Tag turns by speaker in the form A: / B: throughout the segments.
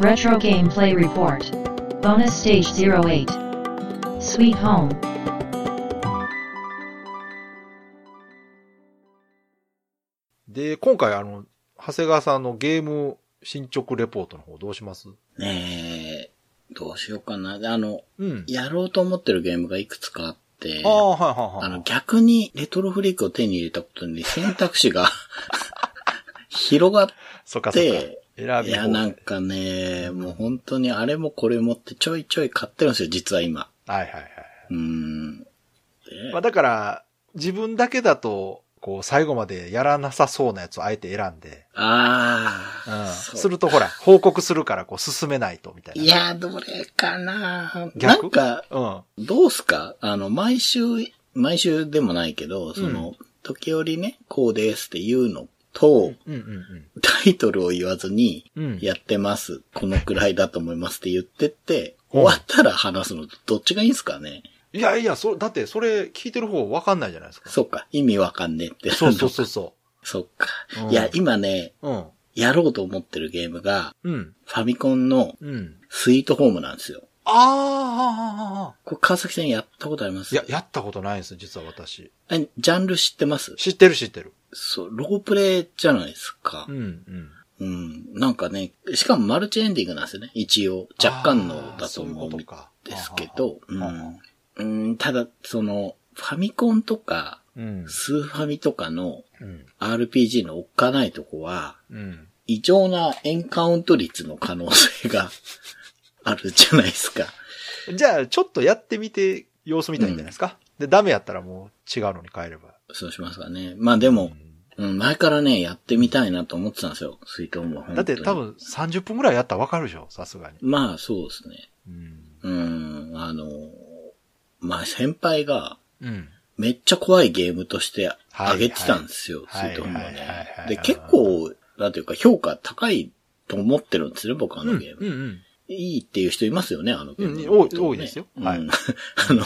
A: Retro Gameplay Report. Bonus Stage 08. Sweet Home.
B: で、今回あの、長谷川さんのゲーム進捗レポートの方どうします
C: ねえ、どうしようかな。あの、
B: うん。
C: やろうと思ってるゲームがいくつかあって、
B: ああ、はい
C: あ
B: はいは
C: の、
B: い。
C: 逆にレトロフリークを手に入れたことに選択肢が 広がっ
B: そっかそっか。選
C: て、
B: び方
C: いや、なんかね、もう本当にあれもこれもってちょいちょい買ってるんですよ、実は今。
B: はいはいは
C: うーん。
B: い。まあだから、自分だけだと、こう、最後までやらなさそうなやつをあえて選んで、
C: あ
B: う
C: あ、
B: ん。
C: そう
B: するとほら、報告するから、こう、進めないと、みたいな。
C: いや、どれかなな
B: 逆
C: んか、
B: うん。
C: どうすかあの、毎週、毎週でもないけど、その、時折ね、こうですっていうのと、
B: うんうん
C: タイトルを言わずに、
B: うん。うん。
C: やってます。このくらいだと思いますって言ってって、
B: うん
C: 終わったら話すのとどっちがいいんすかね
B: いやいや、そ、だって、それ聞いてる方わかんないじゃないですか。
C: そっか、意味わかんねえって。
B: そうそうそうそ
C: そっか。
B: うん
C: いや、今ね、
B: う。うん。
C: やろうと思ってるゲームが、
B: うん。
C: ファミコンの
B: うん。
C: スイートホームなんですよ。
B: あーあーあーあ
C: これ川崎さんやったことありま
B: ー。
C: す
B: いや、やったことないんです、実は私。
C: えジャンル知ってます
B: 知ってる知ってる。
C: そう、ロープレイじゃないですか
B: うん。うん。
C: うん。なんかね、しかもマルチエンディングなんですよね。一応、若干の
B: あ
C: だと思
B: ーそうい
C: ん
B: こ
C: で
B: とか
C: すけど。う
B: はあはあはあ
C: んうん。ただ、その、ファミコンとか、
B: うん。
C: スーファミとかの
B: うん。
C: RPG のおっかないとこは、
B: うん。
C: 異常なエンカウント率の可能性が あるじゃないですか。
B: じゃあ、ちょっとやってみて、様子見たらいいんじゃないですか。で、ダメやったらもう違うのに変えれば。
C: そうしますかね。まあでも、うん、前からね、やってみたいなと思ってたんですよ。スイートホームは
B: う
C: 本
B: ん
C: 当
B: だっ
C: に。
B: て多。分30分くらいやったらわかるでしょ、さすがに。
C: まあそうですね。
B: うん。
C: うん、あの、まあ先輩が、
B: うん。
C: めっちゃ怖いゲームとして上げてたんですよ、
B: はいはい
C: スイートホームは
B: はいはいはいは
C: ね。
B: い
C: で、結構、なんていうか、評価高いと思ってるんですね、僕あ
B: うん。う
C: のゲーム。
B: ん。
C: いいっていう人いますよね、あのゲーム。
B: うん多い多いですよ
C: うん
B: はい
C: あの、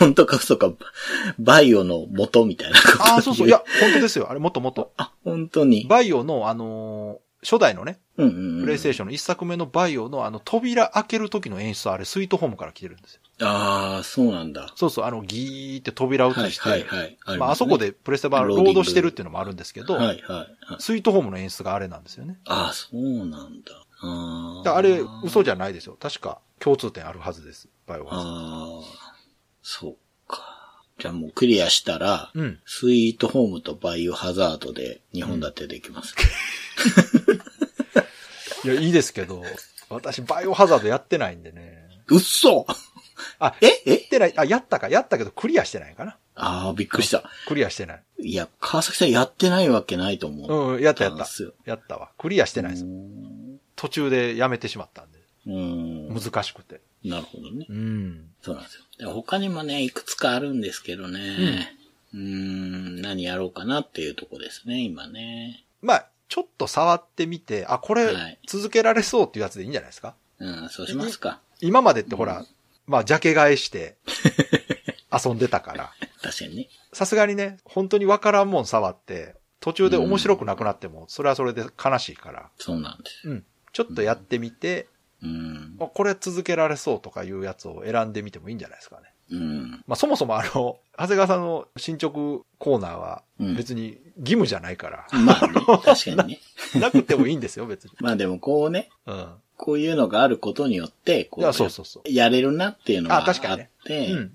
C: 本当か嘘か、バイオの元みたいなこと
B: ああ、そうそう。いや、本当ですよ。あれ、もっともっと。
C: あ、本当に。
B: バイオの、あのー初代のね、
C: うんうんうん。
B: プレイステーションの一作目のバイオのあの扉開ける時の演出はあれスイートホームから来てるんですよ。
C: ああ、そうなんだ。
B: そうそう、あのギーって扉を映
C: はい
B: して、
C: はいはい。りすね
B: まああそこ、でプレステバーロードしてるっていうのもあるんですけど、
C: はいはいはい。
B: スイートホームの演出があれなんですよね。
C: ああ、そうなんだ。あ
B: だから
C: あ。
B: あれ嘘じゃないですよ。確か共通点あるはずです。バイオは。
C: ああ、そっか。じゃあもうクリアしたら、
B: うん。
C: スイートホームとバイオハザードで2本立てできます。
B: いや、いいですけど、 私バイオハザードやってないんでね。
C: うっそ
B: あ、や
C: ええ
B: ってない、あ、やったか、やったけどクリアしてないかな。
C: ああ、びっくりした。
B: クリアしてない。
C: いや、川崎さんやってないわけないと思う。やっ
B: うん、やったやった。
C: すよ。
B: やったわ。クリアしてないで
C: う
B: す。
C: ん
B: 途中でやめてしまったんで。
C: うん。
B: 難しくて。
C: なるほどね。
B: うん。
C: そうなんですよ。で他にもね、いくつかあるんですけどね。うーん、何やろうかなっていうとこですね、今ね。
B: まあ、ちょっと触ってみて、あ、これ
C: はい、
B: 続けられそうっていうやつでいいんじゃないですか、
C: うん、そうしますか。
B: 今までってほら、
C: うん
B: まあ、ジャケ買いして 遊んでたから、
C: 確かにね。
B: さすがにね、本当にわからんもん触って、途中で面白くなくなっても、それはそれで悲しいから、
C: そうなんです。
B: うん。ちょっとやってみて、
C: うん。
B: あこれ続けられそうとかいうやつを選んでみてもいいんじゃないですかね。
C: うん。
B: まあ、そもそもあの、 長谷川さんの進捗コーナーは
C: うん
B: 別に義務じゃない から、
C: まあね、確かにね。
B: なくてもいいんですよ、別に。
C: まあでもこうね、
B: うん。
C: こういうのがあることによって、こ
B: いや
C: う、
B: そうそうそう。
C: やれるなっていうのがあ
B: あ
C: って、
B: 確かにね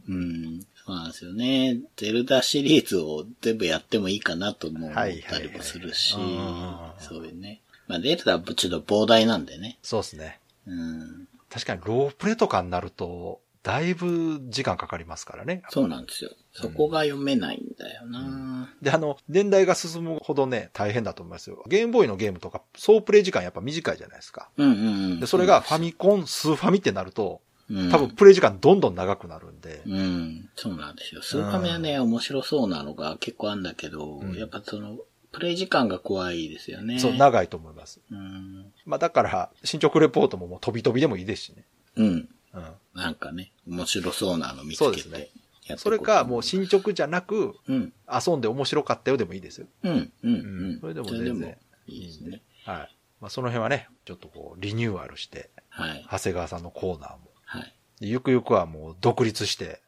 C: うん、そうなんですよね。ゼルダシリーズを全部やってもいいかなとも思った
B: はいはい
C: り
B: はい
C: もするし
B: うんうんうん、
C: そういうね。まあゼルダはちょっと膨大なんでね。
B: そうですね。
C: うん、
B: 確かにロープレとかになると、だいぶ時間かかりますからね。
C: そうなんですよ。そこが読めないんだよな、
B: で、あの、年代が進むほどね、大変だと思いますよ。ゲームボーイのゲームとか、総プレイ時間やっぱ短いじゃないですか。
C: うん、うんうん。
B: で、それがファミコン、スーファミってなると、
C: うん、
B: 多分プレイ時間どんどん長くなるんで
C: う、ん、そうなんですよ。スーパーメはね、面白そうなのが結構あるんだけど、
B: うん
C: やっぱその、プレイ時間が怖いですよね。
B: そう、長いと思います。
C: うん。
B: まあだから、進捗レポートももう飛び飛びでもいいですしね。
C: うん。
B: うん。
C: なんかね、面白そうなの見つ
B: そう
C: け
B: ですね
C: て。やってこう
B: それか、もう進捗じゃなく、
C: うん、
B: 遊んで面白かったよでもいいですよ。
C: うん、うん、う
B: うん
C: ん。
B: それでも
C: それで
B: 全然
C: もいいですね。
B: はい。まあ、その辺はね、ちょっとこう、リニューアルして、
C: はい。
B: 長谷川さんのコーナーも。
C: はい。
B: でゆくゆくはもう独立 して、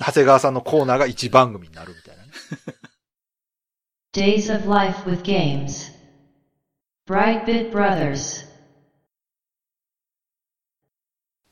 B: 長谷川さんのコーナーが一番組になるみたいなね。
A: Days of Life with Games. Brightbit Brothers.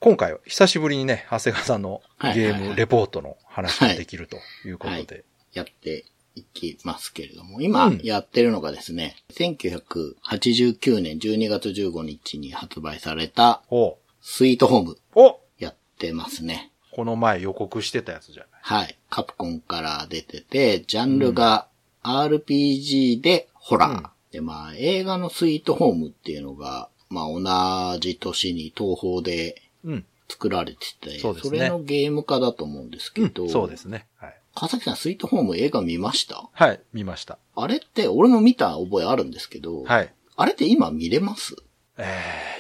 B: 今回は久しぶりにね、長谷川さんの
C: はい
B: ゲ
C: は
B: ー
C: いは
B: ム
C: い
B: レポートの話ができるということで。
C: はいやっていきますけれども、今
B: うん
C: やってるのがですね、1989年12月15日に発売された
B: お
C: スイートホーム
B: お
C: やってますね。
B: この前予告してたやつじゃない。
C: はい。カプコンから出てて、ジャンルが RPG でホラー。
B: うん
C: で、まあ映画のスイートホームっていうのが、まあ同じ年に東宝で
B: うん。
C: 作られてて、
B: そうですね
C: れのゲーム化だと思うんですけど、
B: そうですね。はい。
C: 川崎さんスイートホーム映画見ました
B: はい、見ました。
C: あれって俺も見た覚えあるんですけど、
B: はい。
C: あれって今見れます
B: え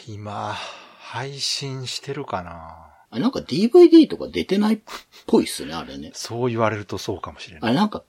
B: ー、今、配信してるかな
C: あれなんか DVD とか出てないっぽいっすね、あれね。
B: そう言われるとそうかもしれ
C: あ
B: ない。
C: れなん か、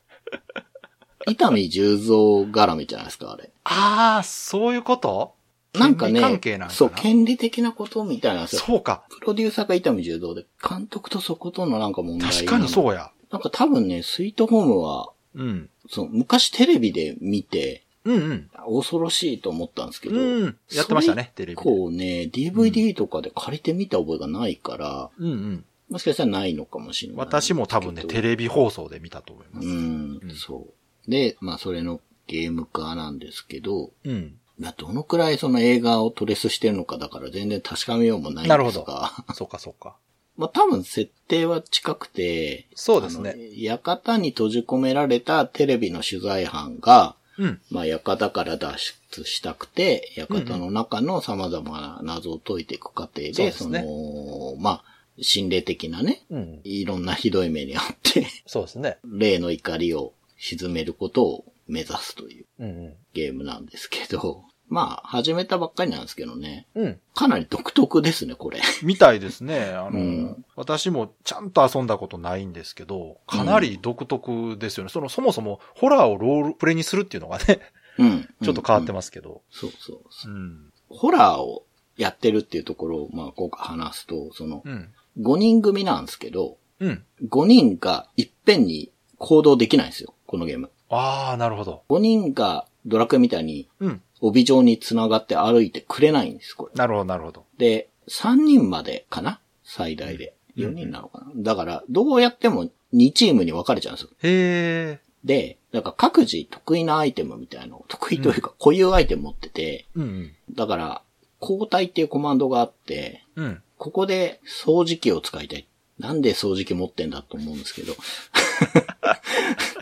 C: 伊丹十三絡みじゃないですか、あれ。
B: あー、そういうこと
C: なんかね、
B: 権利関係なんかな
C: そう、権利的なことみたいなんですよ。
B: そうか。
C: プロデューサーが伊丹十三で、監督とそことのなんか問題。
B: 確かにそううや。
C: なんか多分ね、スイートホームは、
B: うん。
C: そう、昔テレビで見て、
B: うんうん。
C: 恐ろしいと思ったんですけど、
B: うん。やってましたね、テレビで。
C: こうね、DVD とかで借りてみた覚えがないから、
B: うんうん。
C: もしかしたらないのかもしれない。
B: 私も多分ね、テ
C: ビ。
B: レビ放送で見たと思いま
C: う
B: す。
C: ん、
B: うん
C: そう。で、まあそれのゲーム化なんですけど、
B: うん。
C: まあどのくらいその映画をトレースしてるのかだから全然確かめようもないん
B: なる
C: で
B: ほ
C: す
B: ど
C: が、
B: そうかそうか。
C: まあ多分設定は近くて、
B: そうですね
C: あの。館に閉じ込められたテレビの取材班が、
B: うん。
C: まあ、館から脱出したくて、館の中の様々な謎を解いていく過程で、
B: そうで
C: そ
B: すね
C: の、まあ、心霊的なね、
B: うん。
C: いろんなひどい目にあって、
B: そうですね。
C: 霊の怒りを沈めることを目指すという
B: うん
C: ゲームなんですけど、まあ、始めたばっかりなんですけどね、
B: うん。うん。
C: かなり独特ですね、これ。
B: みたいですね。あの、
C: うん
B: 私もちゃんと遊んだことないんですけど、かなり独特ですよね。その、そもそもホラーをロールプレイにするっていうのがね、
C: うん。
B: ちょっと変わって
C: ま
B: ますけど。
C: す。そうそうそうう。
B: ん。
C: ホラーをやってるっていうところを、まあ、今回話すと、その、
B: うん。
C: 5人組なんですけど、
B: うん。
C: 5人がいっぺんに行動できないんですよ、このゲーム。
B: ああ、なるほど。
C: 5人がドラクエみたいに
B: うん。
C: 帯状に繋がって歩いてくれないんです、これ。
B: なるほど、なるほど。
C: で、3人までかな最大で。
B: うん
C: 4人なのかな、だから、どうやっても2チームに分かれちゃうんですよ。
B: へえ。
C: で、なんか各自得意なアイテムみたいなの、得意というか固有アイテム持ってて、
B: うん
C: だから、交代っていうコマンドがあって、
B: うん。うん。
C: ここで掃除機を使いたい。なんで掃除機持ってんだと思うんですけど。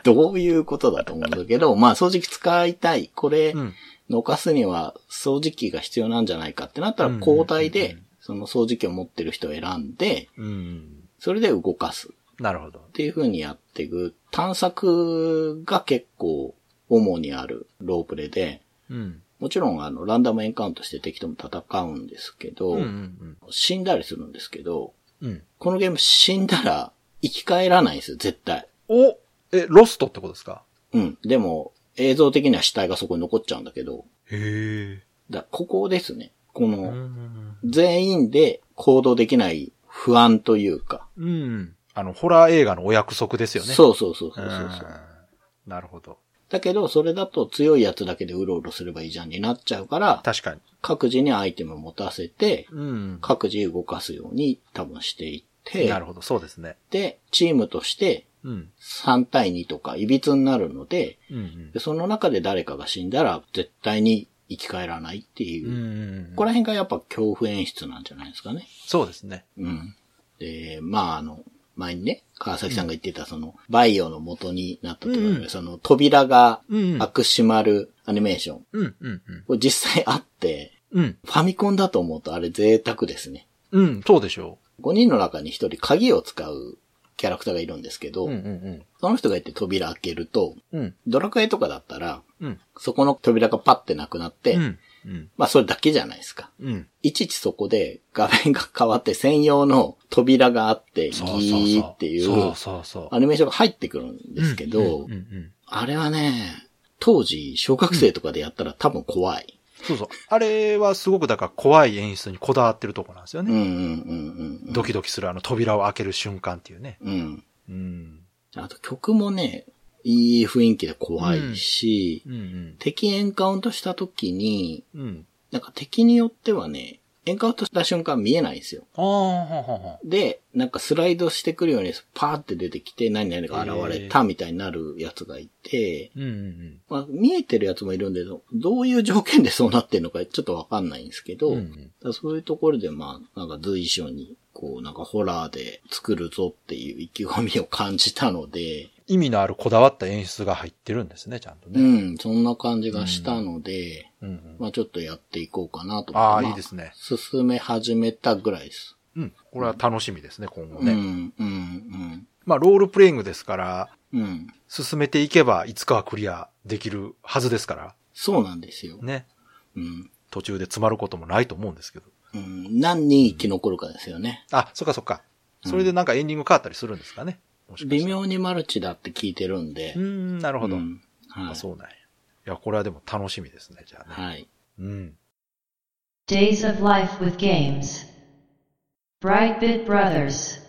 C: どういうことだと思うんだけど、まあ掃除機使いたい。これ、
B: うん。
C: のかすには掃除機が必要なんじゃないかってなったら
B: うん
C: 交代
B: う
C: で
B: ん、
C: その掃除機を持ってる人を選んで、
B: うん。
C: それで動かすっ
B: なるほど。
C: ていう風にやっていく。探索が結構主にあるロープレで、
B: うん。
C: もちろんあのランダムエンカウントして敵とも戦うんですけど、
B: うんうん
C: 死んだりするんですけど、
B: うん。うん。
C: このゲーム死んだら生き返らないんですよ、絶対。
B: おえ、ロストってことですか
C: うん。でも、映像的には死体がそこに残っちゃうんだけど、
B: へえ。
C: だここですね。こ
B: う
C: の、
B: ん。
C: 全員で行動できない不安というか。
B: うん。あの、ホラー映画のお約束ですよね。う
C: そうそうそうそうそうそう。
B: んなるほど。
C: だけど、それだと強いやつだけでうろうろすればいいじゃんになっちゃうから、
B: 確かに。
C: 各自にアイテムを持たせて、
B: うん。
C: 各自動かすように多分していって、
B: なるほど、そうですね。
C: で、チームとして
B: うん。
C: 3対2とかいびつになるので、
B: うん
C: で、その中で誰かが死んだら絶対に生き返らないっていうう。
B: ん。うん。
C: ここら辺がやっぱ恐怖演出なんじゃないですかね。
B: そうですね。
C: うん。で、まああの、前にね、川崎さんが言ってたその、バイオの元になったというか、
B: うん
C: その扉が
B: うん
C: 開く閉まるアニメーション。
B: うん、うん、うん。
C: これ実際あって、
B: うん。
C: ファミコンだと思うとあれ贅沢ですね。
B: うん、そうでしょ
C: 5人の中に1人鍵を使うキャラクターがいるんですけど、
B: う。ん、
C: その人がいて扉開けると、
B: うん、うん。
C: ドラクエとかだったら、
B: うん。
C: そこの扉がパッてなくなって、
B: うん。うん。
C: まあそれだけじゃないですか。
B: うん。
C: いちいちそこで画面が変わって専用の扉があって、ギ
B: そうそうそう。
C: ーってい
B: そう
C: う
B: そうそう。
C: アニメーションが入ってくるんですけ
B: うんうん
C: ど
B: う、ん
C: あれはね、当時小学生とかでやったら多分怖い。
B: そうそう。あれはすごくだから怖い演出にこだわってるとこなんですよ
C: うん
B: ね。
C: うんうんうん。
B: ドキドキするあの扉を開ける瞬間っていうね。
C: うん。
B: うん。
C: あと曲もね、いい雰囲気で怖いし、
B: うん
C: 敵エンカウントした時に、
B: うん。うん。
C: なんか敵によってはね、エンカウントした瞬間見えないんですよ。
B: ああ、はんはんはん。
C: で、なんかスライドしてくるようにパーって出てきて何々が現れたみたいになるやつがいて、
B: うんうん
C: まあ、見えてるやつもいるんで、どどういう条件でそうなってるのかちょっとわかんないんですけど、
B: うん。うん
C: だからそういうところで、まあ、なんか随所に、こう、なんかホラーで作るぞっていう意気込みを感じたので、
B: 意味のあるこだわった演出が入ってるんですね、ちゃんと
C: う
B: ね。
C: ん、そんな感じがしたので、
B: うんうん
C: まあちょっとやっていこうかなと思って。
B: ああ、
C: ま
B: いいですね。
C: 進め始めたぐらいです。
B: うん。これは楽しみですね、今後
C: う
B: ね。
C: ん、うん、
B: まあ、ロールプレイングですから、
C: うん。うん。
B: 進めていけば、いつかはクリアできるはずですから、
C: そうなんですよ。
B: ね。
C: うん。
B: 途中で詰まることもないと思うんですけど。
C: うん、何人生き残るかですよね。
B: あ、そっかそっか。それでなんかエンディング変わったりするんですかね。もしか
C: 微
B: して。
C: 妙にマルチだって聞いてるんで。
B: うーん、なるほど。
C: うんは
B: あ、
C: い。
B: そうなんや。いや、これはでも楽しみですね、じゃあね。
C: はい。
B: うん。
A: Days of Life with Games. Brightbit Brothers.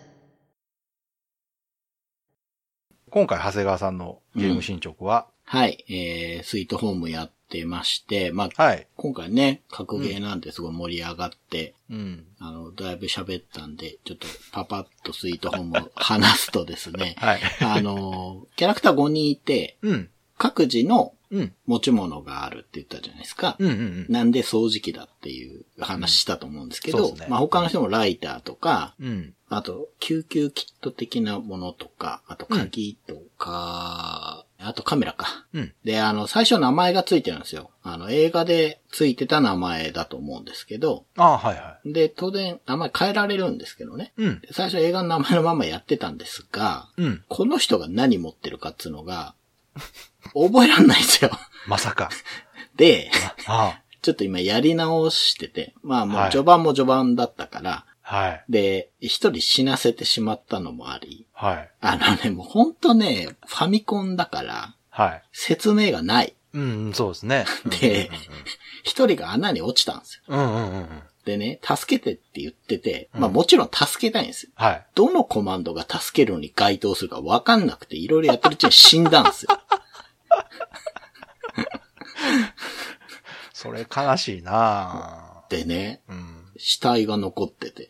B: 今回、長谷川さんのゲーム進捗は、
C: はい。えー、スイートホームやってまして、まあ、
B: はい。
C: 今回ね、格ゲーなんてすごい盛り上がって、
B: うん。、
C: あの、だいぶ喋ったんで、ちょっとパパッとスイートホームを話すとですね
B: はい。
C: あの、キャラクター5人いて、
B: うん。
C: 各自の
B: うん。
C: 持ち物があるって言ったじゃないですか。
B: うんうんうん。
C: なんで掃除機だっていう話したと思うんですけ
B: うん
C: ど、
B: そうですね
C: まあ他の人もライターとか、
B: うん。
C: あと救急キット的なものとか、あと鍵とか、あとカメラか。
B: うん。
C: で、あの、最初名前がついてるんですよ。あの、映画でついてた名前だと思うんですけど、
B: ああ、はいは
C: で、当然、名前変えられるんですけどね。
B: い。うん。
C: で最初映画の名前のままやってたんですが、
B: うん。
C: この人が何持ってるかっつうのが、覚えらんないんですよ。
B: まさか。
C: で、
B: あ
C: ちょっと今やり直してて、まあもう
B: はい
C: 序盤も序盤だったから、
B: あ。はい。
C: で、一人死なせてしまったのもあり、
B: はい。
C: あのね、もうほんとね、ファミコンだから、
B: はい。
C: 説明がない。
B: うん、そうですね。
C: で一人が穴に落ちたんですよ。
B: うんうんうんうんうん。
C: でね、助けてって言ってて、まあ
B: うん
C: もちろん助けたいんですよ。
B: はい。
C: どのコマンドが助けるのに該当するか分かんなくて、いろいろやってるうちに死んだんです よ。
B: それ悲しいなぁ
C: でね、
B: うん。
C: 死体が残ってて、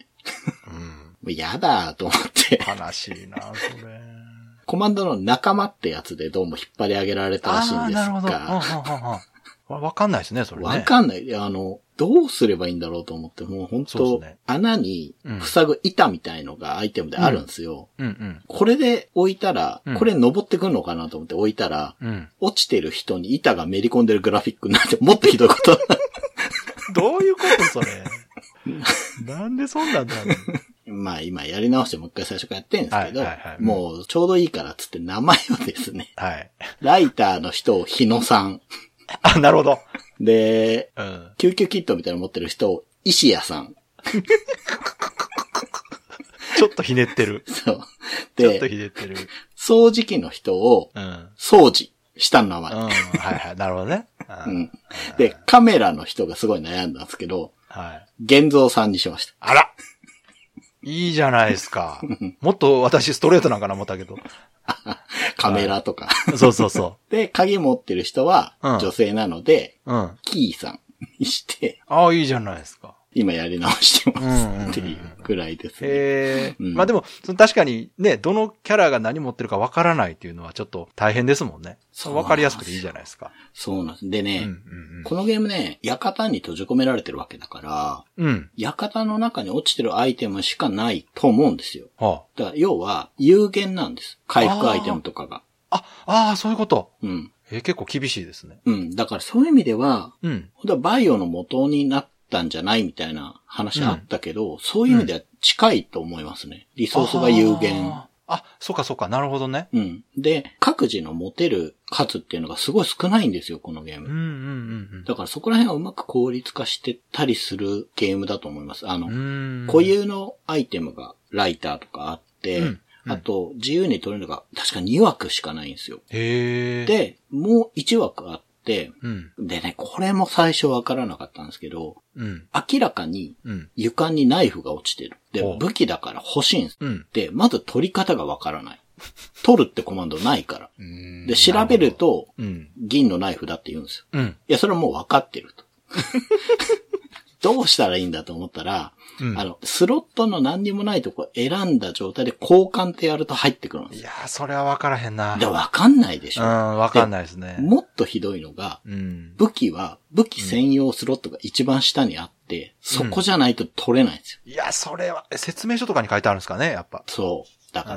B: うん。
C: もうやだーと思って、
B: 悲しいなぁそれ。
C: コマンドの仲間ってやつでどうも引っ張り上げられたらしいん
B: あー
C: です
B: なるほど。うんうん
C: が、
B: うんうんわわかんないですね、それね。
C: わかんない。いやあの、どうすればいいんだろうと思って、もう本
B: そう
C: 当、
B: ですね
C: 穴に塞ぐ板みたいのがアイテムであるんですよ。
B: うん
C: これで置いたら
B: うん、
C: これ登ってくんのかなと思って置いたら、
B: うん。うん。
C: 落ちてる人に板がめり込んでるグラフィックになって、もっとひどいことに なる
B: どういうことそ れ。なんでそんなんだろ
C: まあ今やり直してもう一回最初からやってるんですけど、
B: はいはいはい
C: もうちょうどいいからっつって名前をですね、
B: はい。
C: ライターの人を日野さん、
B: あ、なるほど。
C: で、
B: うん。
C: 救急キットみたいなの持ってる人を石谷さん、
B: ちょっとひねってる。
C: そう。
B: ちょっと
C: で、
B: ひねってる。
C: 掃除機の人を
B: うん。うん。
C: 掃除、したの名前。
B: はいはい。なるほどね。う。
C: うんん。で、カメラの人がすごい悩んだんですけど、
B: はい。
C: 玄蔵さんにしました。
B: あらいいじゃないですか。もっと私ストレートなんかな思ったけど。
C: カメラとか。
B: そうそうそ
C: で、鍵持ってる人は
B: うん
C: 女性なので、
B: う。うん。あ
C: キーさんにして、
B: あ、いいじゃないですか。
C: 今やり直して
B: うんうんうんう
C: ま
B: ん
C: すっていうくらいですね。
B: へえ。
C: うん
B: まあでも、その確かにね、どのキャラが何持ってるかわからないっていうのはちょっと大変ですもんね。
C: そう
B: わかりやすくていいじゃないですか。
C: そうなんです。で
B: うん
C: ね、
B: うん
C: このゲームね、館に閉じ込められてるわけだから、
B: うん。うん。
C: 館の中に落ちてるアイテムしかないと思うんですよ。
B: は
C: だから、要は、有限なんです。回復アイテムとかが。
B: あ。あ、ああ、そういうこと。
C: うん。
B: えー結構厳しいですね。
C: うん。だから、そういう意味では、
B: うん。
C: 本当はバイオの元になったんじゃないみたいな話あったけど、そういう意味では近いと思いますね。リソースが有限。
B: あー。あ、そうかそうか、なるほどね。
C: うん。で、各自の持てる数っていうのがすごい少ないんですよ、このゲー
B: うんう
C: ム。
B: んうん
C: だからそこら辺はうまく効率化してたりするゲームだと思います。あの、
B: うん。うーん。
C: 固有のアイテムがライターとかあって、
B: うんうん
C: あと自由に取れるのが確か2枠しかないんですよ。
B: へえ。、
C: で、もう1枠あっって、
B: うん。
C: でね、これも最初わからなかったんですけど、
B: うん。
C: 明らかに
B: うん。
C: 床にナイフが落ちてる。で
B: ほう、
C: 武器だから欲しいんです。
B: うん。
C: で、まず取り方がわからない。取るってコマンドないから。
B: うん
C: で、調べる。と、
B: うん。
C: 銀のナイフだって言うんですよ。
B: うん。
C: いや、それはもう分かってると。 どうしたらいいんだと思ったら、
B: うん
C: あの、スロットの何にもないとこ選んだ状態で交換ってやると入ってくるんです
B: い
C: よ。
B: やー、それは分からへんな。
C: で、分かんないでし
B: う
C: ょ。
B: ん、分かんないですね。
C: もっとひどいのが、
B: うん。
C: 武器は武器専用スロットが一番下にあって、そこじゃないと取れないんですよ。
B: いや、それは、え説明書とかに書いてあるんですかね、やっぱ。
C: そう。だか
B: あ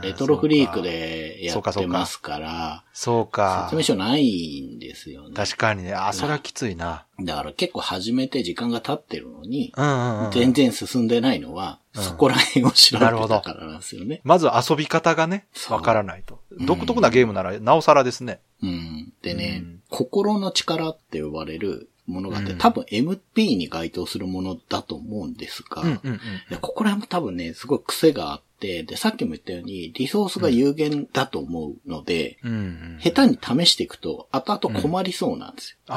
C: ら、
B: ー
C: レトロフリークでや
B: そうか
C: っ
B: そう
C: て
B: か
C: ますから、
B: そうか。
C: 説明書ないんですよね。
B: 確かにね。あ、それはきついな。
C: だから結構始めて時間が経ってるのに、
B: うんうんうん。
C: 全。然進んでないのは、
B: うん
C: そこら辺を調べ
B: なるほ
C: て
B: ど
C: たからなんですよね。
B: まず遊び方がね、
C: そう
B: わからないと。
C: うん
B: 独特なゲームなら、なおさらですね。
C: うん。でね、
B: うん
C: 心の力って呼ばれるものがあって、
B: うん
C: 多分 MP に該当するものだと思うんですが、
B: うんうんうん。
C: でここら辺も多分ね、すごい癖があって、で、さっきも言ったように、リソースが有限だと思うので、
B: うんうん。
C: 下手に試していくと、後々困りそうなんですよ。
B: あ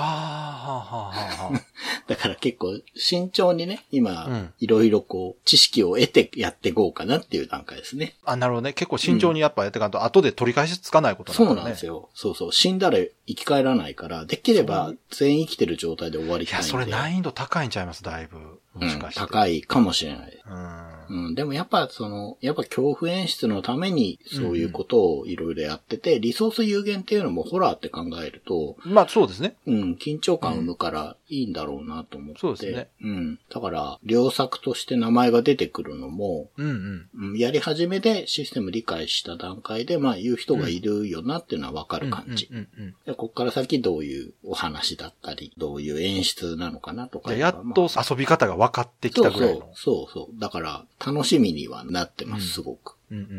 B: あ、はあはあはあ。
C: だから結構慎重にね、今、
B: うん
C: いろいろこう、知識を得てやっていこうかなっていう段階ですね。
B: あ、なるほどね。結構慎重にやっぱやっていかんと、後で取り返しつかないこと
C: そう
B: か
C: なん
B: らね
C: ですよ。そうそう。死んだら生き返らないから、できれば全員生きてる状態で終わり
B: い
C: たいん
B: や、
C: で。
B: それ難易度高いんちゃいます、だいぶ。もし
C: うん
B: かして。い。
C: 高いかもしれない。
B: うん。
C: うん、でもやっぱその、やっぱ恐怖演出のためにそういうことをいろいろやってて、リソース有限っていうのもホラーって考えると、
B: まあ、そうですね。
C: うん、緊張感を生むからいいんだろうなと思って。
B: そうですね。
C: うん。だから、両作として名前が出てくるのも、
B: うんうん。
C: うんやり始めでシステム理解した段階で、まあ言う人がいるよなっていうのはわかる感じ。
B: うんうんうん
C: で、こっから先どういうお話だったり、どういう演出なのかなとか。
B: でやっと
C: さ
B: 遊び方が分かってき
C: そ
B: た
C: う
B: ぐ
C: そ
B: らいうの。、
C: そうそう。だから、楽しみにはなってます、すご
B: う
C: く。
B: んうん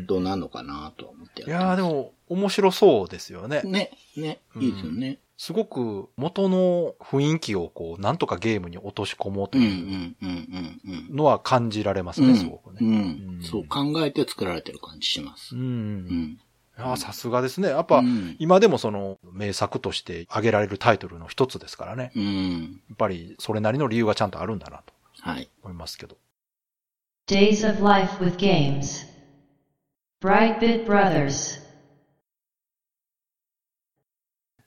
C: どうなんのかなとは思って
B: いやー
C: って
B: で
C: ま
B: も、面白そうですよね
C: す。ね、ね、いいですよね。
B: すごく元の雰囲気をこう、なんとかゲームに落とし込もうと
C: うん、う、
B: いうん
C: うん、うん、うん。
B: のは感じられます
C: う
B: ね、
C: ん
B: すごく
C: う
B: ね。
C: ん
B: うん
C: そう考えて作られてる感じします。
B: うん。
C: う
B: い
C: ん。
B: やーさすがですね。やっぱ、
C: うん
B: 今でもその名作として挙げられるタイトルの一つですからね。
C: うん。
B: やっぱりそれなりの理由がちゃんとあるんだなと
C: はい。
B: 思いますけど。
A: Days of Life with Games. Brightbit Brothers.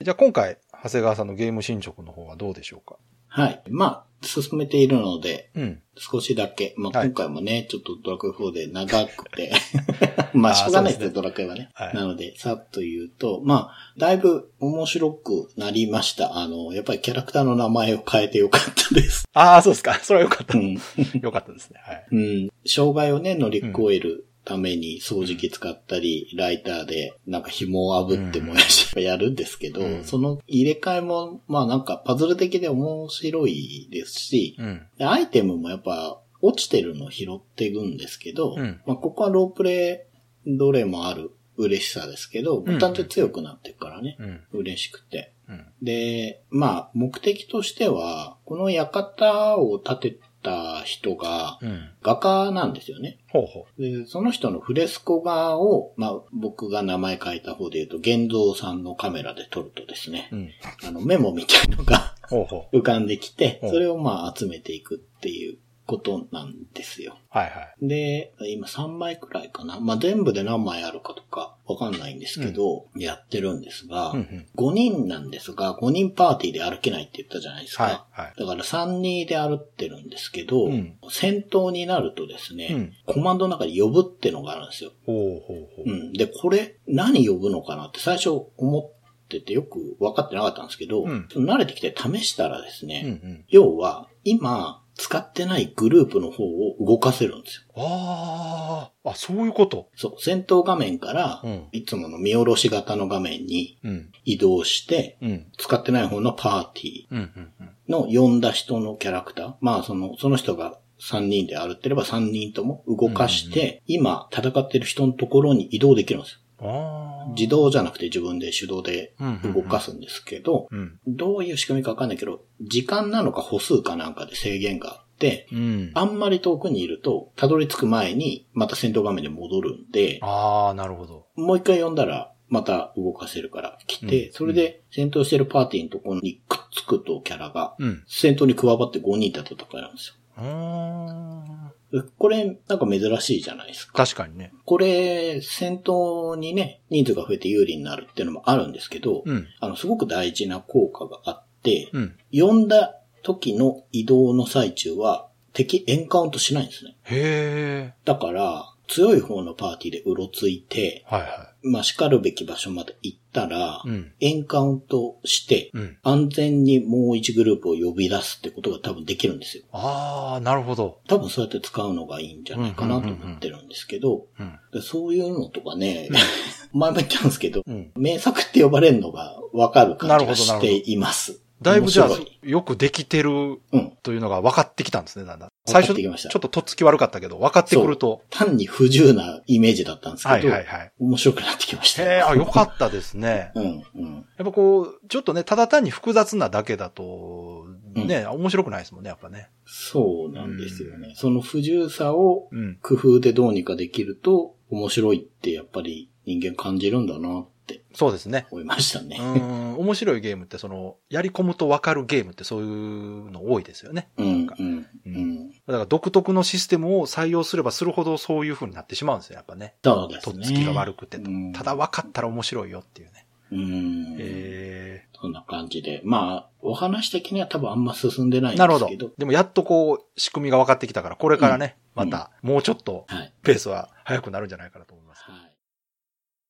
B: じゃあ今回、長谷川さんのゲーム進捗の方はどうでしょうか
C: はい。まあ、進めているので、
B: うん。
C: 少しだけ、まあ、
B: はい
C: 今回もね、ちょっとドラクエ4で長くて、 まあ、
B: あー
C: しょうがないです
B: そうですね
C: ね、ドラクエはね。
B: はい
C: なので、さっと言うと、まあ、だいぶ面白くなりました。あの、やっぱりキャラクターの名前を変えてよかった です。
B: ああ、そうですか。 それはよかっ
C: う
B: た。
C: ん。
B: よかったですね。はい。
C: うん。障害をね、乗り越えるために掃除機使ったり、ライターでなんか紐を炙って燃やしてやるんですけど、
B: うん
C: その入れ替えも、まあなんかパズル的で面白いですし、
B: うん。
C: でアイテムもやっぱ落ちてるのを拾っていくんですけど、
B: うん
C: まあここはロープレイどれもある嬉しさですけ
B: う
C: ど、
B: ん
C: ボタンって強くなっていくからね、
B: うん。
C: 嬉しくて。
B: うん。
C: で、まあ目的としては、この館を建てた人が
B: うん。
C: 画家なんですよね。
B: ほうほ
C: で、その人のフレスコ画を、まあ、僕が名前書いた方で言うと、現像さんのカメラで撮るとですね
B: う。、うん。
C: あの、メモみたいのが
B: ほうほう。
C: 浮かんできて、
B: うん
C: それをまあ集めていくっていうことなんですよ。
B: はいはい。
C: で、今3枚くらいかな。まあ全部で何枚あるかとかわかんないんですけど、やってるんですが、
B: うん
C: 5人なんですが、5人パーティーで歩けないって言ったじゃないですか。
B: はいはい。
C: だから3人で歩ってるんですけど、
B: うん
C: 戦闘になるとですね、
B: うん
C: コマンドの中に呼ぶってのがあるんですよ。
B: ほうほう
C: う
B: ほう。
C: ん。で、これ何呼ぶのかなって最初思っててよく分かってなかったんですけど、
B: うん
C: 慣れてきて試したらですね、
B: うんうん。
C: 要は今使ってないグループの方を動かせるんですよ。
B: ああ、あ、そういうこと。
C: そう、戦闘画面から
B: うん
C: いつもの見下ろし型の画面に
B: うん。
C: 移動して、
B: うん。
C: 使ってない方のパーティー、
B: うんうんうん。
C: の呼んだ人のキャラクター、まあその、その人が3人で歩ってれば3人とも動かして、今戦ってる人のところに移動できるんですよ。
B: ああ。
C: 自動じゃなくて自分で手動で動か
B: す。
C: すんですけど、
B: うん。
C: どういう仕組みかわかんないけど、時間なのか歩数かなんかで制限があって、
B: うん。
C: あんまり遠くにいると、たどり着く前にまた戦闘画面で戻るんで、
B: ああ、なるほど。
C: もう一回呼んだらまた動かせるから来て、
B: うん
C: それで戦闘してるパーティーのところにくっつくとキャラが、
B: うん。
C: 戦闘に加わって5人いた戦いなんです
B: うーん。
C: よ。これ、なんか珍しいじゃないですか。
B: 確かにね。
C: これ、戦闘にね、人数が増えて有利になるっていうのもあるんですけど、
B: うん。
C: あの、すごく大事な効果があって、
B: うん。
C: 呼んだ時の移動の最中は敵エンカウントしないんですね。
B: へえ。
C: だから、強い方のパーティーでうろついて、
B: はいは
C: まあ、叱るべき場所まで行ったら、
B: い。うん。
C: エンカウントして、
B: うん。
C: 安全にもう一グループを呼び出すってことが多分できるんですよ。
B: ああ、なるほど。
C: 多分そうやって使うのがいいんじゃないかなと思ってるんですけど、
B: うん。
C: でそういうのとかね、 前も言ったんですけど、
B: うん。
C: 名作って呼ばれるのがわかる感じ
B: なるほどな
C: が
B: る
C: し
B: ほど
C: ています。
B: だいぶじゃあ
C: 面白い、
B: よくできてる
C: うん
B: というのが分かってきたんですね、だんだん。
C: 分
B: 最
C: かって
B: 初、
C: き
B: ちょ
C: ました
B: っととっつき悪かったけど、分かってくると。
C: 単に不自由なイメージだったんです
B: は
C: けど、
B: いはいはい。
C: 面白くなってきまし
B: へ
C: た。
B: え、あ、よかったですね。
C: うん、うん。
B: やっぱこう、ちょっとね、ただ単に複雑なだけだと、ね、面白くないですもんね、やっぱね。
C: そうなんですよね。その不自由さを
B: うん。
C: 工夫でどうにかできると、面白いってやっぱり人間感じるんだなって
B: そうですね。
C: 思いました
B: う
C: ね。
B: ん、面白いゲームって、その、やり込むと分かるゲームってそういうの多いですよね。
C: うん、うん、
B: う。
C: うん
B: だ
C: ん。
B: から独特のシステムを採用すればするほどそういう風になってしまうんですよ、やっぱね。
C: そうです
B: と
C: ね。
B: っつきが悪くてと
C: うん
B: ただ分かったら面白いよっていうね。
C: うん。
B: へ
C: そんな感じで。まあ、お話的には多分あんま進んでない
B: え
C: ん
B: なる
C: で
B: ほ
C: す
B: ど
C: けど。。
B: でもやっとこう、仕組みが分かってきたから、これからね、
C: うん
B: また、もうちょっと、
C: はい。
B: ペースは速くなるんじゃないかなと思います。
C: はい。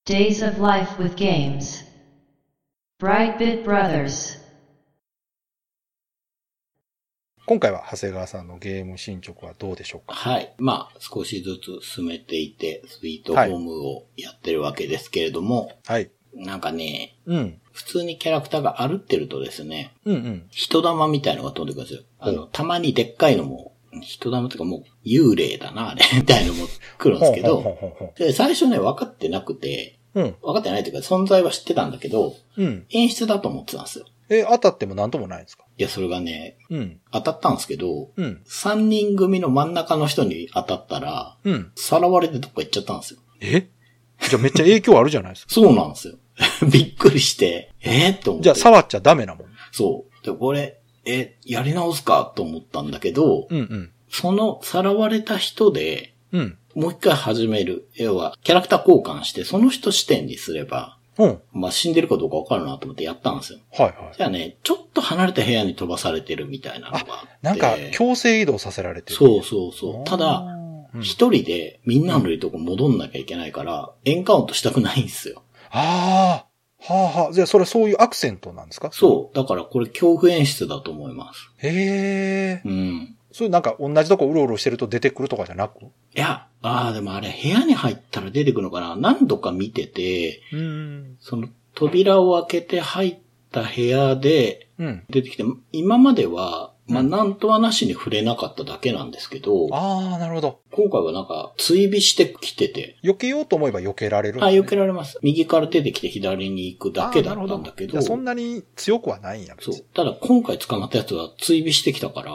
A: Days of Life with Games. Brightbit Brothers.
B: 今回は長谷川さんのゲーム進捗はどうでしょうか
C: はい。まあ、少しずつ進めていて、スイートホ
B: はい
C: ームをやってるわけですけれども、
B: はい。
C: なんかね、
B: うん。
C: 普通にキャラクターが歩ってるとですね、
B: うんうん。
C: 人玉みたいのが飛んでくるんですよ。あ
B: う
C: の、たまにでっかいのも、人玉っていうかもう幽霊だな、あれ、 みたいのも来るんですけ
B: ほん
C: ど、
B: ほんほん
C: で、最初ね、分かってなくて、
B: ほんうん。
C: 分かってないというか存在は知ってたんだけど、
B: うん。
C: 演出だと思ってたんですよ。
B: え、当たっても何ともないんですか
C: いや、それがね、
B: うん。
C: 当たったんですけど、
B: うん。
C: 3人組の真ん中の人に当たったら、
B: うん。
C: さらわれてどっか行っちゃったんですよ。
B: えじゃあめっちゃ影響あるじゃない ですか。
C: そうなんですよ。びっくりして、えー、と思って。
B: じゃあ触っちゃダメなもん。
C: そう。で、これ、え、やり直すかと思ったんだけど、
B: うんうん。
C: そのさらわれた人で、
B: うん。
C: もう一回始める。要は、キャラクター交換して、その人視点にすれば、
B: うん。はい
C: まあ、死んでるかどうかわかるなと思ってやったんですよ。
B: はい。
C: じゃあね、ちょっと離れた部屋に飛ばされてるみたいなのがあって。
B: なんか強制移動させられてる。
C: そうそうそう。ただ、
B: うん
C: 一人でみんなのいるとこ戻んなきゃいけないから、エンカウントしたくないんですよ。
B: ああ、はあはあ。じゃあそれそういうアクセントなんですか
C: そう。だからこれ恐怖演出だと思います。
B: う。へえ。
C: うん。
B: そういうなんか同じとこうろうろしてると出てくるとかじゃなく
C: いや、ああ、でもあれ、部屋に入ったら出てくるのかな何度か見てて、
B: うん。
C: その扉を開けて入った部屋で
B: うん。
C: 出てきて、今までは、ま
B: う
C: あ、
B: ん
C: なんとはなしに触れなかっただけなんですけど、
B: ああ、なるほど。
C: 今回はなんか、追尾してきてて、
B: 避けようと思えば避けられるんで
C: あ、
B: すね、
C: 避けられます。右から出てきて左に行くだけだったんだ
B: あ
C: け
B: ーなるほじゃ
C: ど、
B: あそんなに強くはないんや、別
C: そ
B: に
C: う。。ただ今回捕まったやつは追尾してきたから、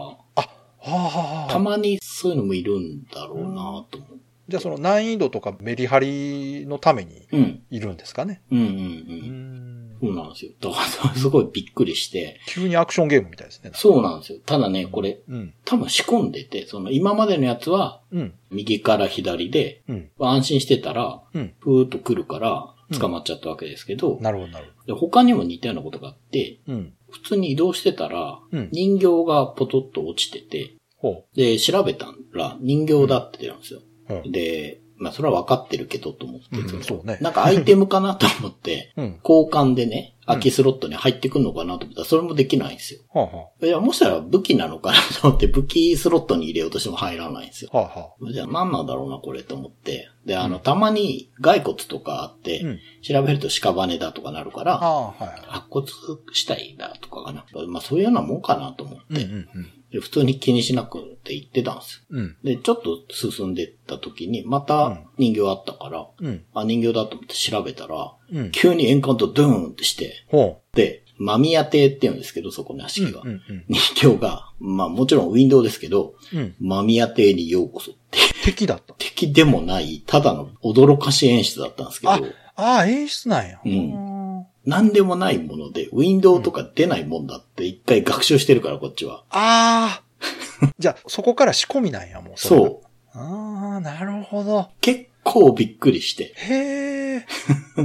B: はあはあは
C: た
B: あ。
C: まにそういうのもいるんだろうなと思う。
B: じゃあその難易度とかメリハリのために
C: うん、
B: いるんですかね。
C: うん、うん、う。
B: うんん
C: そうなんですよ。だから、 すごいびっくりして。
B: 急にアクションゲームみたいですね。
C: そうなんですよ。ただね、これ、
B: うん。
C: 多分仕込んでて、その今までのやつは、
B: うん。
C: 右から左で、
B: うん。
C: 安心してたら、
B: うん
C: ふーっと来るから、捕まっちゃったわけですけど、
B: なるほど、なる
C: で他にも似たようなことがあって、
B: ほど。うん。
C: 普通に移動してたら、
B: うん。
C: 人形がポトッと落ちてて、
B: ほ
C: で、調べたら人形だって出るんですよ。
B: う。うん。
C: で、まあそれは分かってるけどと思って、
B: うんそうね
C: なんかアイテムかなと思って、
B: うん。
C: 交換でね、空きスロットに入ってくるのかなと思ったら、それもできないんですよ。
B: はあはい
C: や、もしかしたら武器なのかなと思って、武器スロットに入れようとしても入らないんですよ。
B: あ。はあはあ。
C: じゃあ何なんだろうな、これと思って。で、あ
B: う
C: の、
B: ん
C: たまに骸骨とかあって、
B: うん
C: 調べると屍だとかなるか
B: あ
C: ら、
B: あ、はいは
C: 白骨死体だとかかな。まあそういうようなもんかなと思って、
B: い。うん
C: で普通に気にしなくって言ってたんですよ。
B: うんうん。
C: で、ちょっと進んでった時に、ま
B: う
C: た
B: ん
C: 人形あったから、
B: うん。うん。
C: あ、人形だと思って調べたら、
B: うん。
C: 急にエンカウントドゥーンってして、
B: ほ
C: で、マミヤ邸って言うんですけど、そこの屋
B: う。うん
C: 敷が。
B: うんうん。
C: 人形が、まあもちろんウィンドウですけど、
B: うん。
C: マミヤ邸にようこそって、
B: 敵だった。
C: 敵でもない、ただの驚かし演出だったんですけど、
B: あああ、演出なんや。う
C: う
B: んん。
C: なんでもないもので、ウィンドウとか出ないもんだって一回学習してるから、こっちは。
B: ああ。 じゃあ、そこから仕込みなんや、もう。
C: そう。
B: う。ああ、なるほど。
C: 結構びっくりして。
B: へえ。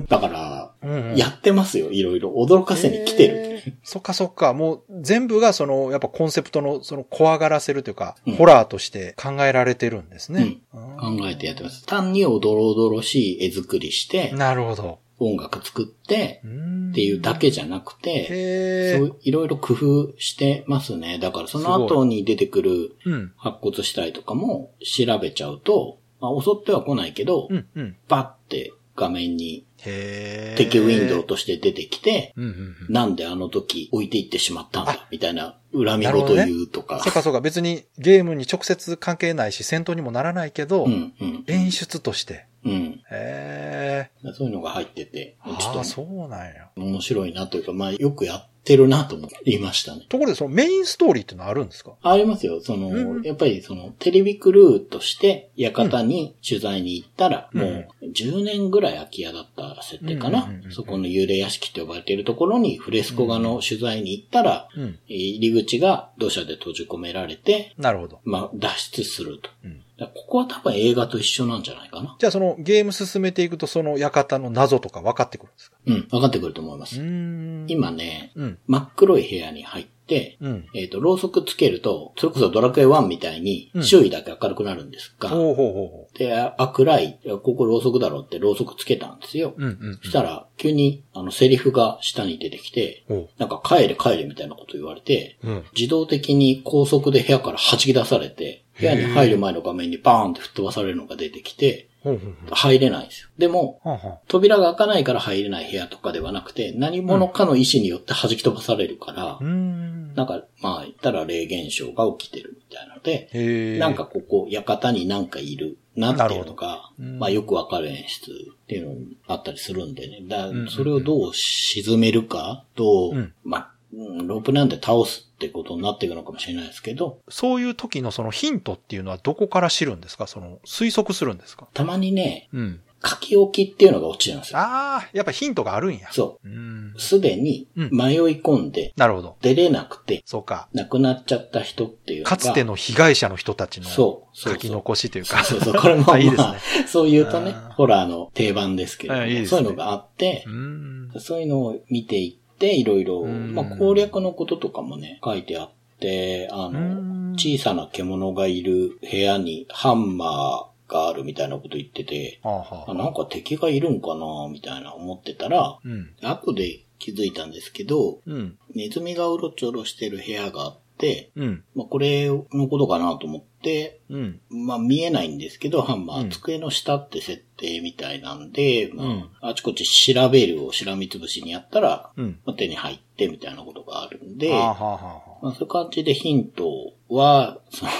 C: だから、
B: うんうん
C: やってますよ、いろいろ。驚かせに来てる。
B: へーそっかそっか。もう全部がその、やっぱコンセプトのその怖がらせるというか、
C: うん
B: ホラーとして考えられてるんですね。
C: 考
B: あ
C: えてやってます。単におどろおどろしい絵作りして
B: ー、なるほど。
C: 音楽作って、
B: っ
C: っていうだけじゃなくて、
B: へ
C: そ
B: ー
C: ういろいろ工夫してますね。だからその
B: すご
C: 後に出てくる
B: うん。
C: 白骨死体とかも調べちゃうと、まあ、襲っては来ないけど、
B: うん。うん。
C: バッて画面に
B: へえ。
C: 敵ウィンドウ。として出てきて、
B: うんうんうん。
C: なんであの時置いていってしまったんだ、みたいな恨み
B: なるほ
C: 事
B: どね
C: 言うとか
B: そ。っかそっか。別にゲームに直接関係ないし、戦闘にもならないけど、
C: うん、うん。
B: 演出として。
C: うん。
B: へえ。
C: そういうのが入ってて、ちょっ
B: ああ、
C: と
B: そうなんや。
C: 面白いなというか、まあよくやってるなと思いましたね。
B: ところで、そのメインストーリーってのはあるんですか
C: ありますよ。その、
B: うん
C: やっぱりその、テレビクルーとして、館に取材に行ったら、
B: うん
C: もう、10年ぐらい空き家だった設定かな。
B: うんうんうんうん
C: そこの幽霊屋敷と呼ばれているところに、フレスコ画の取材に行ったら、
B: うん。
C: えー入り口が土砂で閉じ込められて、
B: なるほど。
C: まあ、脱出すると。
B: うん。
C: だからここは多分映画と一緒なんじゃないかな。
B: じゃあそのゲーム進めていくとその館の謎とか分かってくるんですか
C: うん、分かってくると思いま
B: う
C: す。
B: ーん。。
C: 今ね、
B: うん。
C: 真っ黒い部屋に入って、
B: うん。
C: えっ、と、ろうそくつけると、それこそドラクエ1みたいに
B: う、ん
C: 周囲だけ明るくなるんですが、
B: ほうほうほ
C: で、あ、あ暗い、いやこころうそくだろうってろうそくつけたんですよ。
B: うほう。うんうん。
C: そしたら、急に、あの、セリフが下に出てきて、
B: ほ
C: なんか、帰れ帰れみたいなこと言われて、
B: う。うん。
C: 自動的に高速で部屋から弾き出されて、部屋に入る前の画面にバーンって吹っ飛ばされるのが出てきて、
B: ほうほう
C: 入れないんですよ。でも、
B: ほう。はんはん。
C: 扉が開かないから入れない部屋とかではなくて、何者かの意思によって弾き飛ばされるから、
B: うーん。
C: なんか、まあ、言ったら霊現象が起きてるみたいなので、
B: へえ。
C: なんか、ここ、館になんかいるなっていうのが、
B: なるほどうん
C: まあよくわかる演出っていうのにあったりするんでね。だ
B: んうんうん
C: それをどう沈めるか、どう、
B: うん
C: まあ、うんロープなんで倒すってことになっていくのかもしれないですけど、
B: そういう時のそのヒントっていうのはどこから知るんですかその、推測するんですか
C: たまにね、
B: うん。
C: 書き置きっていうのが落ちるんですよ。
B: ああ、やっぱヒントがあるんや。。
C: そう
B: うん
C: う。。すでに
B: うん
C: 迷い込んで
B: なるほど。
C: 出れなくて
B: そうか。
C: 亡くなっちゃった人っていうのが。
B: かつての被害者の人たちの
C: そうそうそう
B: 書き残しというか。
C: そうそう、これも、ま
B: あ
C: あ、
B: いいですね。
C: そう言うとね
B: あー、
C: ホラーの定番ですけれども、
B: あいいですね
C: そういうのがあって
B: う、ん。
C: そういうのを見ていって、いろいろ、
B: うん
C: まあ、攻略のこととかもね、書いてあって、あの、
B: うん
C: 小さな獣がいる部屋にハンマーがあるみたいなこと言ってて、
B: はあは
C: あ
B: あ。
C: なんか敵がいるんかなみたいな思ってたら、
B: うん。
C: 後で気づいたんですけど、
B: うん。
C: ネズミがうろちょろしてる部屋があって、
B: うん。
C: まあ、これのことかなと思って、
B: うん。
C: まあ見えないんですけど、ハンマ
B: う
C: ー、
B: ん
C: 机の下って設定みたいなんで、
B: うん
C: まあ、あちこち調べるをしらみつぶしにやったら、
B: うん。
C: まあ手に入ってみたいなことがあるんで、
B: はあはあはあはあ。
C: まあ、そういう感じでヒントは、その、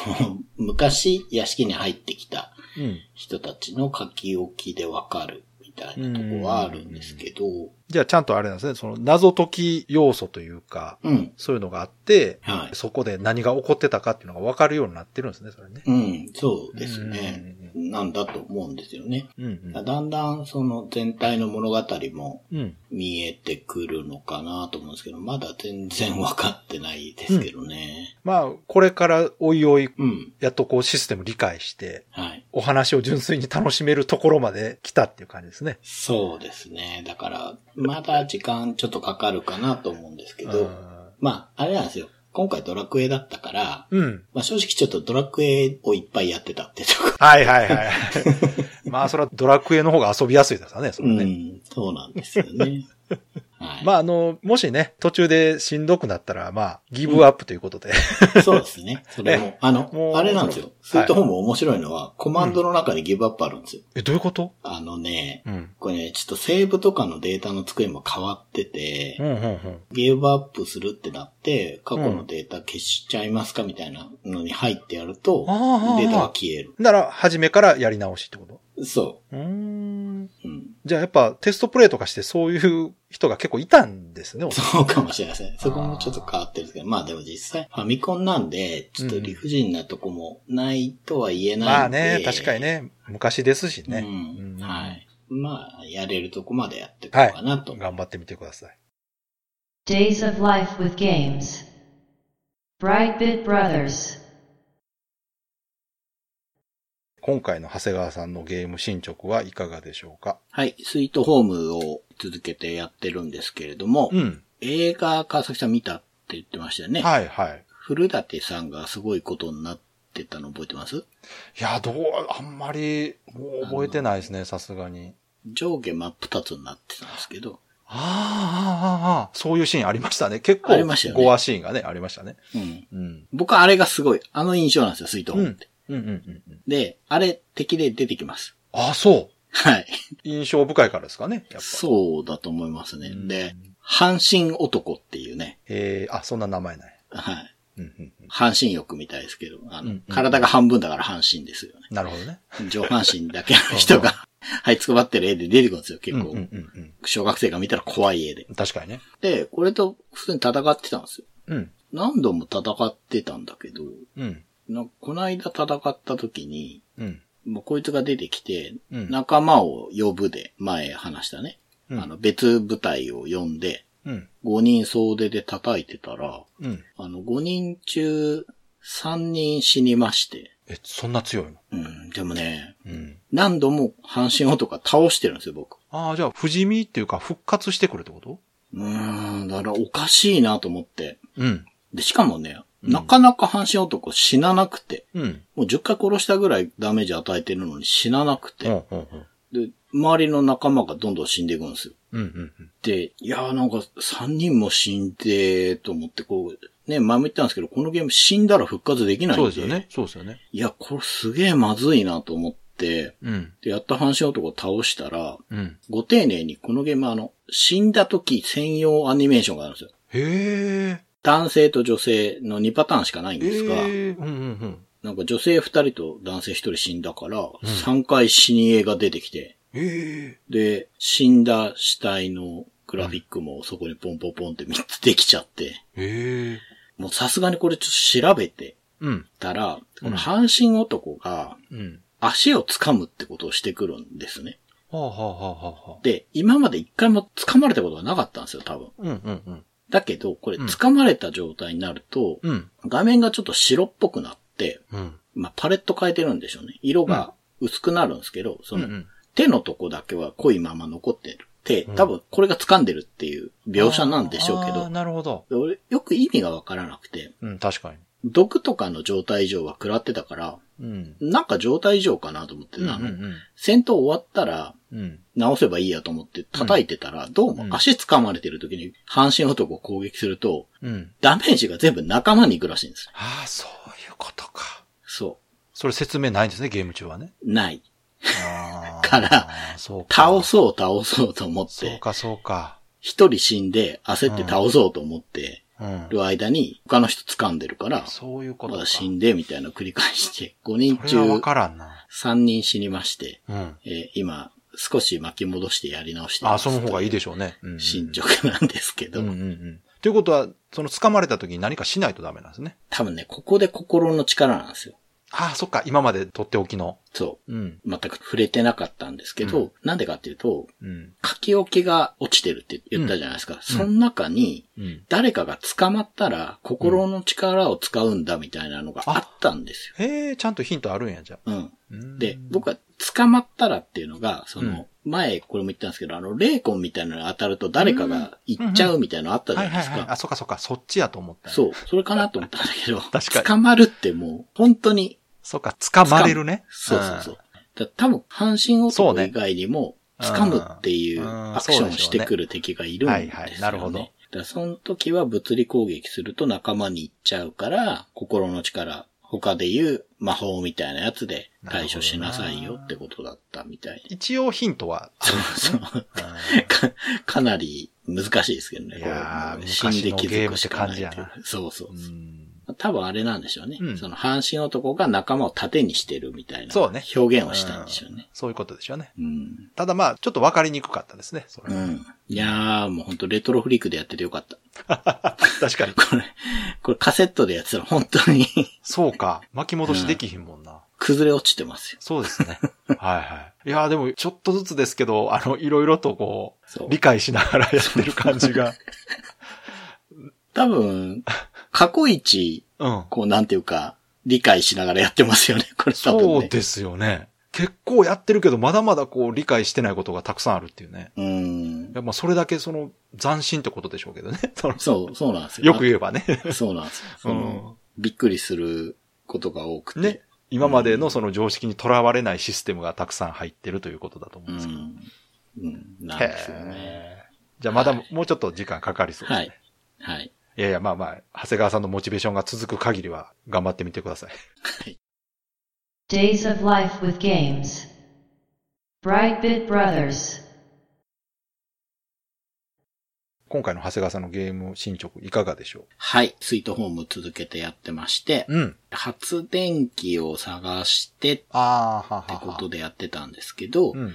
C: 昔屋敷に入ってきた
B: うん。
C: 人たちの書き置きでわかるみたいなとこはあるんですけど、
B: じゃあちゃんとあれなんですね、その謎解き要素というか、
C: うん。
B: そういうのがあって、
C: はい。
B: そこで何が起こってたかっていうのが分かるようになってるんですね、それね。
C: うん、そうですね。なんだと思うんですよね。
B: うんうん。
C: だんだんその全体の物語も
B: うん。
C: 見えてくるのかなと思うんですけど、まだ全然分かってないですけどね。
B: まあ、これからおいおい、
C: うん。
B: やっとこうシステム理解して、
C: はい。
B: お話を純粋に楽しめるところまで来たっていう感じですね。
C: そうですね。だから、まだ時間ちょっとかかるかなと思うんですけど、
B: うん
C: まあ、あれなんですよ。今回ドラクエだったから、
B: うん。
C: まあ正直ちょっとドラクエをいっぱいやってたってとこ。
B: はいはいはい。まあ、それはドラクエの方が遊びやすいですよね、それ
C: う
B: はね。
C: ん、そうなんですよ ね。はい。
B: まあ、あの、もしね、途中でしんどくなったら、まあ、ギブアップということで。
C: そうですね。それも、あ
B: も
C: の
B: う、
C: あれなんですよ。スイートホーム面白いのは、コマンドの中にギブアップあるんですよ。
B: え、どういうこと
C: あのね、
B: うん。
C: これね、ちょっとセーブとかのデータの作りも変わってて
B: う、ん、うん、うん。
C: ゲームアップするってなって、過去のデータ消しちゃいますかみたいなのに入ってやると、
B: ああああ
C: データが消える。
B: なら、初めからやり直しってこと
C: そう
B: ーん。
C: う。うん。
B: じゃあ、やっぱテストプレイとかしてそういう人が結構いたんですね、おそら
C: そうかもしれません。そこもちょっと変わってるんですけど、まあでも実際、ファミコンなんで、ちょっと理不尽なとこもないとは言え
B: くま
C: ない
B: あ
C: んで。
B: ね、確かに。ね、昔ですし
C: う
B: ね。
C: ん。はい。まあ、やれるとこまでやっていこうかなと。
B: 頑張ってみてください。
A: Days of Life with Games. Brightbit Brothers.
B: 今回の長谷川さんのゲーム進捗はいかがでしょうか
C: はい、スイートホームを続けてやってるんですけれども、
B: うん。
C: 映画川崎さん見たって言ってましたよね。
B: はいはい。
C: 古舘さんがすごいことになってたの覚えてます
B: いや、どう、あんまり、もう覚えてないですね、さすがに。
C: 上下真っ二つになってたんですけど、
B: ああ、ああ、ああ、そういうシーンありましたね。結構、
C: ありましたよね
B: ゴアシーンがね、ありましたね。
C: うん。
B: うん。
C: 僕はあれがすごい、あの印象なんですよ、スイートホームって。
B: うんうんうんうん。
C: で、あれ敵で出てきます。
B: ああ、そう。
C: はい。
B: 印象深いからですかね、やっぱ。
C: そうだと思いますね。
B: うん
C: で、半身男っていうね、
B: えー、あ、そんな名前ない。
C: はい。
B: うんうんう
C: 半身浴みたいですけど、あの、
B: うんうん
C: 体が半分だから半身ですよね。
B: ん。なるほどね。
C: 上半身だけの 人が、 はいつくばってる絵で出てくるんですよ、結構。
B: うんうんうん
C: 小学生が見たら怖い絵で
B: う。ん。確かにね。
C: で、これと普通に戦ってたんですよ。
B: うん。
C: 何度も戦ってたんだけど、
B: うん。
C: なこの間戦った時に、
B: うん。
C: もうこいつが出てきて、
B: うん
C: 仲間を呼ぶで、前話したね。
B: うん
C: あの、別部隊を呼んで、
B: うん。
C: 5人総出で叩いてたら、
B: うん。
C: あの、5人中3人死にまして、
B: え、そんな強いの
C: うん、でもね、
B: うん。
C: 何度も半身男が倒してるんですよ、僕。
B: ああ、じゃあ、不死身っていうか、復活してくるってこと
C: うーん、だからおかしいなと思って。
B: うん。
C: で、しかもね、
B: うん
C: なかなか半身男死ななくて、
B: うん。
C: もう10回殺したぐらいダメージ与えてるのに死ななくて、
B: うん。うん。うん。
C: で、周りの仲間がどんどん死んでいくんですよ。
B: うん。うん。うん
C: で、いやーなんか3人も死んで、と思ってこう、ね、前も言ったんですけど、このゲーム死んだら復活できないん
B: そう
C: で。
B: ですよね。そうですよね。
C: いや、これすげえまずいなと思って、
B: うん。
C: で、やった半身男を倒したら、
B: うん。
C: ご丁寧にこのゲームあの、死んだ時専用アニメーションがあるんですよ。
B: へえ。
C: 男性と女性の2パターンしかないんですが、
B: ええ。うんうん
C: なんか女性2人と男性1人死んだから、
B: ん
C: 3回死に絵が出てきて、
B: うん。ええ。
C: で、死んだ死体のグラフィックもそこにポンポンポンって3つできちゃって、
B: ええ。
C: もうさすがにこれちょっと調べて
B: うん。
C: た
B: う
C: ら、
B: ん
C: この半身男が
B: うん。
C: 足を掴むってことをしてくるんですね。
B: はあはあはあはあはあ。
C: で、今まで一回も掴まれたことがなかったんですよ、多分。
B: うんうんうん。
C: だけど、これ
B: うん
C: 掴まれた状態になると、
B: うん。
C: 画面がちょっと白っぽくなって、
B: うん。
C: まあ、パレット変えてるんでしょうね。色が薄くなるんですけど、その、手のとこだけは濃いまま残ってる。手、
B: うん
C: 多分これが掴んでるっていう描写なんでしょうけ
B: あー
C: ど、
B: なるほど。
C: 俺よく意味がわからなくて、
B: うん、確かに。
C: 毒とかの状態異常は食らってたから、
B: うん。
C: なんか状態異常かなと思って、
B: うん
C: あ
B: う
C: の、
B: ん
C: 戦闘終わったら、
B: うん。うん。
C: 直せばいいやと思って叩いてたら、どう
B: うん
C: も足掴まれてる時に半身男を攻撃すると、
B: うん。
C: ダメージが全部仲間に行くらしいんですよ。
B: ああ、そういうことか。
C: そ
B: それ説明ないんですね、ゲーム中は ね。
C: う。ない。
B: あー
C: から、
B: そうか
C: 倒そう倒そうと思っ
B: そう
C: て、
B: か、そうか。
C: 一人死んで焦って倒そうと思って
B: うん。
C: る間に他の人掴んでるから、
B: そういうこと
C: ま
B: か。
C: だ死んでみたいなのを繰り返して、5人
B: それはわ
C: 中
B: からんな。
C: 3人死にまして、
B: うん。
C: えー今少し巻き戻してやり直して
B: あ、その方がいいで
C: し
B: しょうね。うんうんうん
C: 進捗なんですけど、
B: うんうんうん。ということは、その掴まれた時に何かしないとダメなんですね。
C: 多分ね、ここで心の力なんですよ。
B: ああ、そっか、今までとっておきの。
C: そう。
B: うん。
C: 全く触れてなかったんですけど、
B: う
C: なんでかっていうと、
B: うん。
C: 書き置きが落ちてるって言ったじゃないですか。その中に、
B: うん。
C: 誰かが捕まったら心の力を使うんだみたいなのがあったんですよ。
B: へえ、ちゃんとヒントあるんや、じゃあ。
C: うん。
B: うん
C: で、僕は捕まったらっていうのが、その、
B: うん
C: 前これも言ったんですけど、あの、霊魂みたいなのに当たると誰かが行っちゃうみたいなのあったじ
B: は
C: ゃ
B: い
C: ない
B: は
C: で
B: い
C: す
B: はい。
C: か。
B: あ、そっかそっか、そっちやと思った。う。
C: そう、それかなと思ったんだけど、
B: 確かに
C: 捕まるってもう、本当に、
B: そっか、掴まれるね。
C: そうそうそう。だ多分、半身
B: そう
C: 男
B: ね
C: 以外にも、掴むっていう
B: うんうん
C: アクションをしてくる敵がいるんですよ、ね
B: はいはいなるほど
C: だからその時は物理攻撃すると仲間に行っちゃうから、心の力、他で言う魔法みたいなやつで対処しなさいよってことだったみたいで
B: うん。一応ヒントはあるん ですね。うん
C: か、かなり難しいですけどね。
B: いやー
C: こう
B: 昔の
C: とい
B: ゲーム
C: う
B: って感じや
C: そうそう
B: う。ん
C: 多分あれなんでしょうね。
B: うん
C: その半身男が仲間を盾にしてるみたいな。
B: そうね
C: 表現をしたんでしょうね。
B: そういうことでしょうね。
C: うん。
B: ただまあ、ちょっとわかりにくかったですね。それ
C: う
B: は
C: ん。いやー、もうほんとレトロフリークでやっててよかった。
B: 確かに。
C: これ、これカセットでやってたら本当に
B: そうか。巻き戻しできひんもんな。
C: 崩れ落ちてますよ。
B: そうですね。はいはい。いやーでも、ちょっとずつですけど、あの、いろいろとこ
C: そう
B: う、理。解しながらやってる感じが。
C: 多分、過去一、
B: うん。
C: こうなんていうか、理解しながらやってますよね、これ多分、ね。
B: そうですよね。結構やってるけど、まだまだこう、理解してないことがたくさんあるっていうね。
C: う
B: い。
C: ん
B: や、まあ、それだけその、斬新ってことでしょうけどね。 その
C: そう、そうなんですよ。
B: よく言えばね。
C: そうなんですよ。その、びっくりすることが多くて。
B: ね。今までのその常識にとらわれないシステムがたくさん入ってるということだと思う
C: うん
B: ですけど。
C: ん。うん。なんですよね。
B: へーじゃあまだ
C: は
B: もうちょっと時間かかりそうですね。、
C: はいい。はい。
B: やいや、まあまあ、長谷川さんのモチベーションが続く限りは頑張ってみてください。
A: Days of Life with Games. Brightbit Brothers.
B: 今回の長谷川さんのゲーム進捗いかがでしょ
C: はい。スイートホーム続けてやってまして、
B: ううん。
C: 発電機を探してって
B: ああ、はは
C: ことでやってたんですけど、
B: うんうん。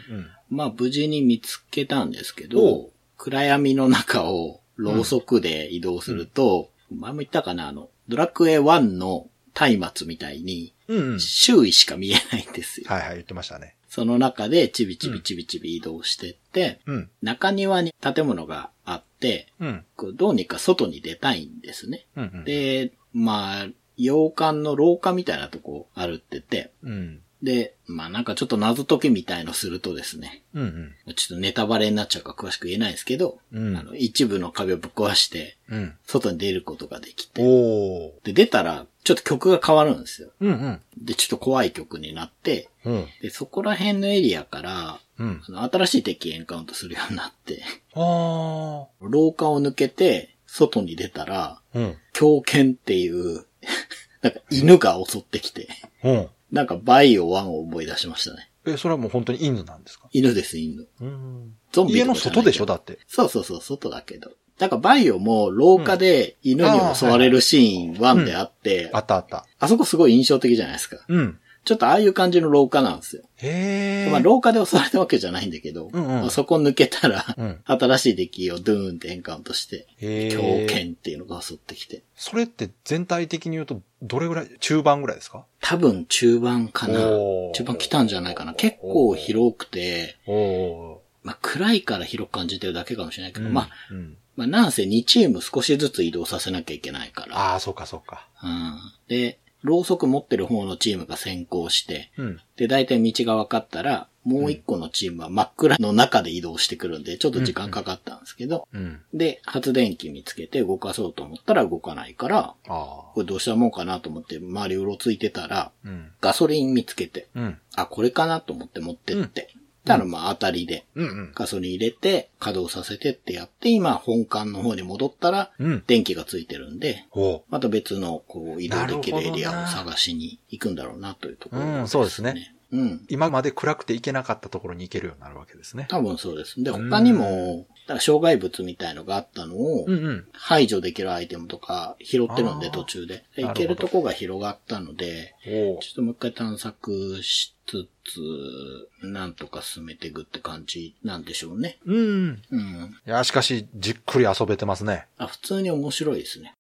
C: まあ無事に見つけたんですけ
B: お
C: ど、暗闇の中をろうそくで移動すると、前も言ったかな、あの、ドラクエ1の松明みたいに、
B: うん、うん。
C: 周囲しか見えないんですよ。
B: はいはい、言ってましたね。
C: その中でちびちびちびちび移動してって、
B: うん。
C: 中庭に建物があって、
B: うん。
C: こうどうにか外に出たいんですね。
B: うん、うん。、
C: で、まあ、洋館の廊下みたいなとこ歩ってて、
B: うん。
C: で、まあなんかちょっと謎解きみたいのするとですね、
B: うん、
C: ちょっとネタバレになっちゃうから詳しく言えないですけど、
B: うん。うん
C: あ。の、一部の壁をぶっ壊して、
B: うん。
C: 外に出ることができて、
B: おー。
C: で、出たら、ちょっと曲が変わるんですよ。
B: うん、うん。
C: で、ちょっと怖い曲になって、
B: うん。
C: で、そこら辺のエリアから、
B: うん。
C: あの、新しい敵エンカウントするようになって、
B: あ
C: 廊下を抜けて、外に出たら、
B: ー。うん。
C: 狂犬っていう、 なんか犬が襲ってきて、
B: うん。
C: なんかバイオ1を思い出しましたね。
B: え、それはもう本当に犬なんですか
C: 犬です、犬。
B: うん。
C: ゾンビ
B: 家
C: と
B: の
C: かじゃない
B: 外でしょだって。
C: そうそうそう、外だけど。なんかバイオも廊下で犬に襲われるシーン1であって、
B: あったあった。
C: あそこすごい印象的じゃないですか。
B: うん。
C: ちょっとああいう感じの廊下なんですよ。
B: へえ。
C: まあ廊下で襲われたわけじゃないんだけど、
B: うんうん
C: まあそこ抜けたら、
B: うん。
C: 新しい敵をドゥーンってエンカウントして、
B: へ
C: 狂
B: ー
C: 犬っていうのが襲ってきて。
B: それって全体的に言うと、どれぐらい、中盤ぐらいですか
C: 多分中盤かな
B: おー。
C: 中盤来たんじゃないかな。結構広くて、
B: おお。
C: まあ暗いから広く感じてるだけかもしれないけど、まあ、
B: うん。
C: まあなんせ2チーム少しずつ移動させなきゃいけないから。
B: ああ、そうかそうか。
C: うん。で、ろうそく持ってる方のチームが先行して、
B: うん。
C: で、大体道が分かったら、もう一個のチームは真っ暗の中で移動してくるんで、ちょっと時間かかったんですけど、
B: うん。
C: で、発電機見つけて動かそうと思ったら動かないから、
B: ああ。
C: これどうしたもんかなと思って周りうろついてたら、
B: うん。
C: ガソリン見つけて、
B: うん。
C: あ、これかなと思って持ってって、たらまあ当たりで、
B: うん。うん。
C: ガソリン入れて、稼働させてってやって、今本館の方に戻ったら、
B: うん。
C: 電気がついてるんで、
B: お
C: また別のこう移動できるエリアを探しに行くんだろうなというところ、
B: うんそうですね。
C: うん。
B: 今まで暗くて行けなかったところに行けるようになるわけですね。
C: 多分そうです。で、
B: うん
C: 他にも、だから障害物みたいのがあったのを
B: うんうん。
C: 排除できるアイテムとか拾ってるん
B: あ
C: で
B: ー
C: 途中で。
B: なるほど
C: 行けるとこが広がったので、
B: おお
C: ちょっともう一回探索しつつ、なんとか進めていくって感じなんでしょうね。
B: うん。
C: うん。
B: いや、しかし、じっくり遊べてますね。
C: あ、普通に面白いですね。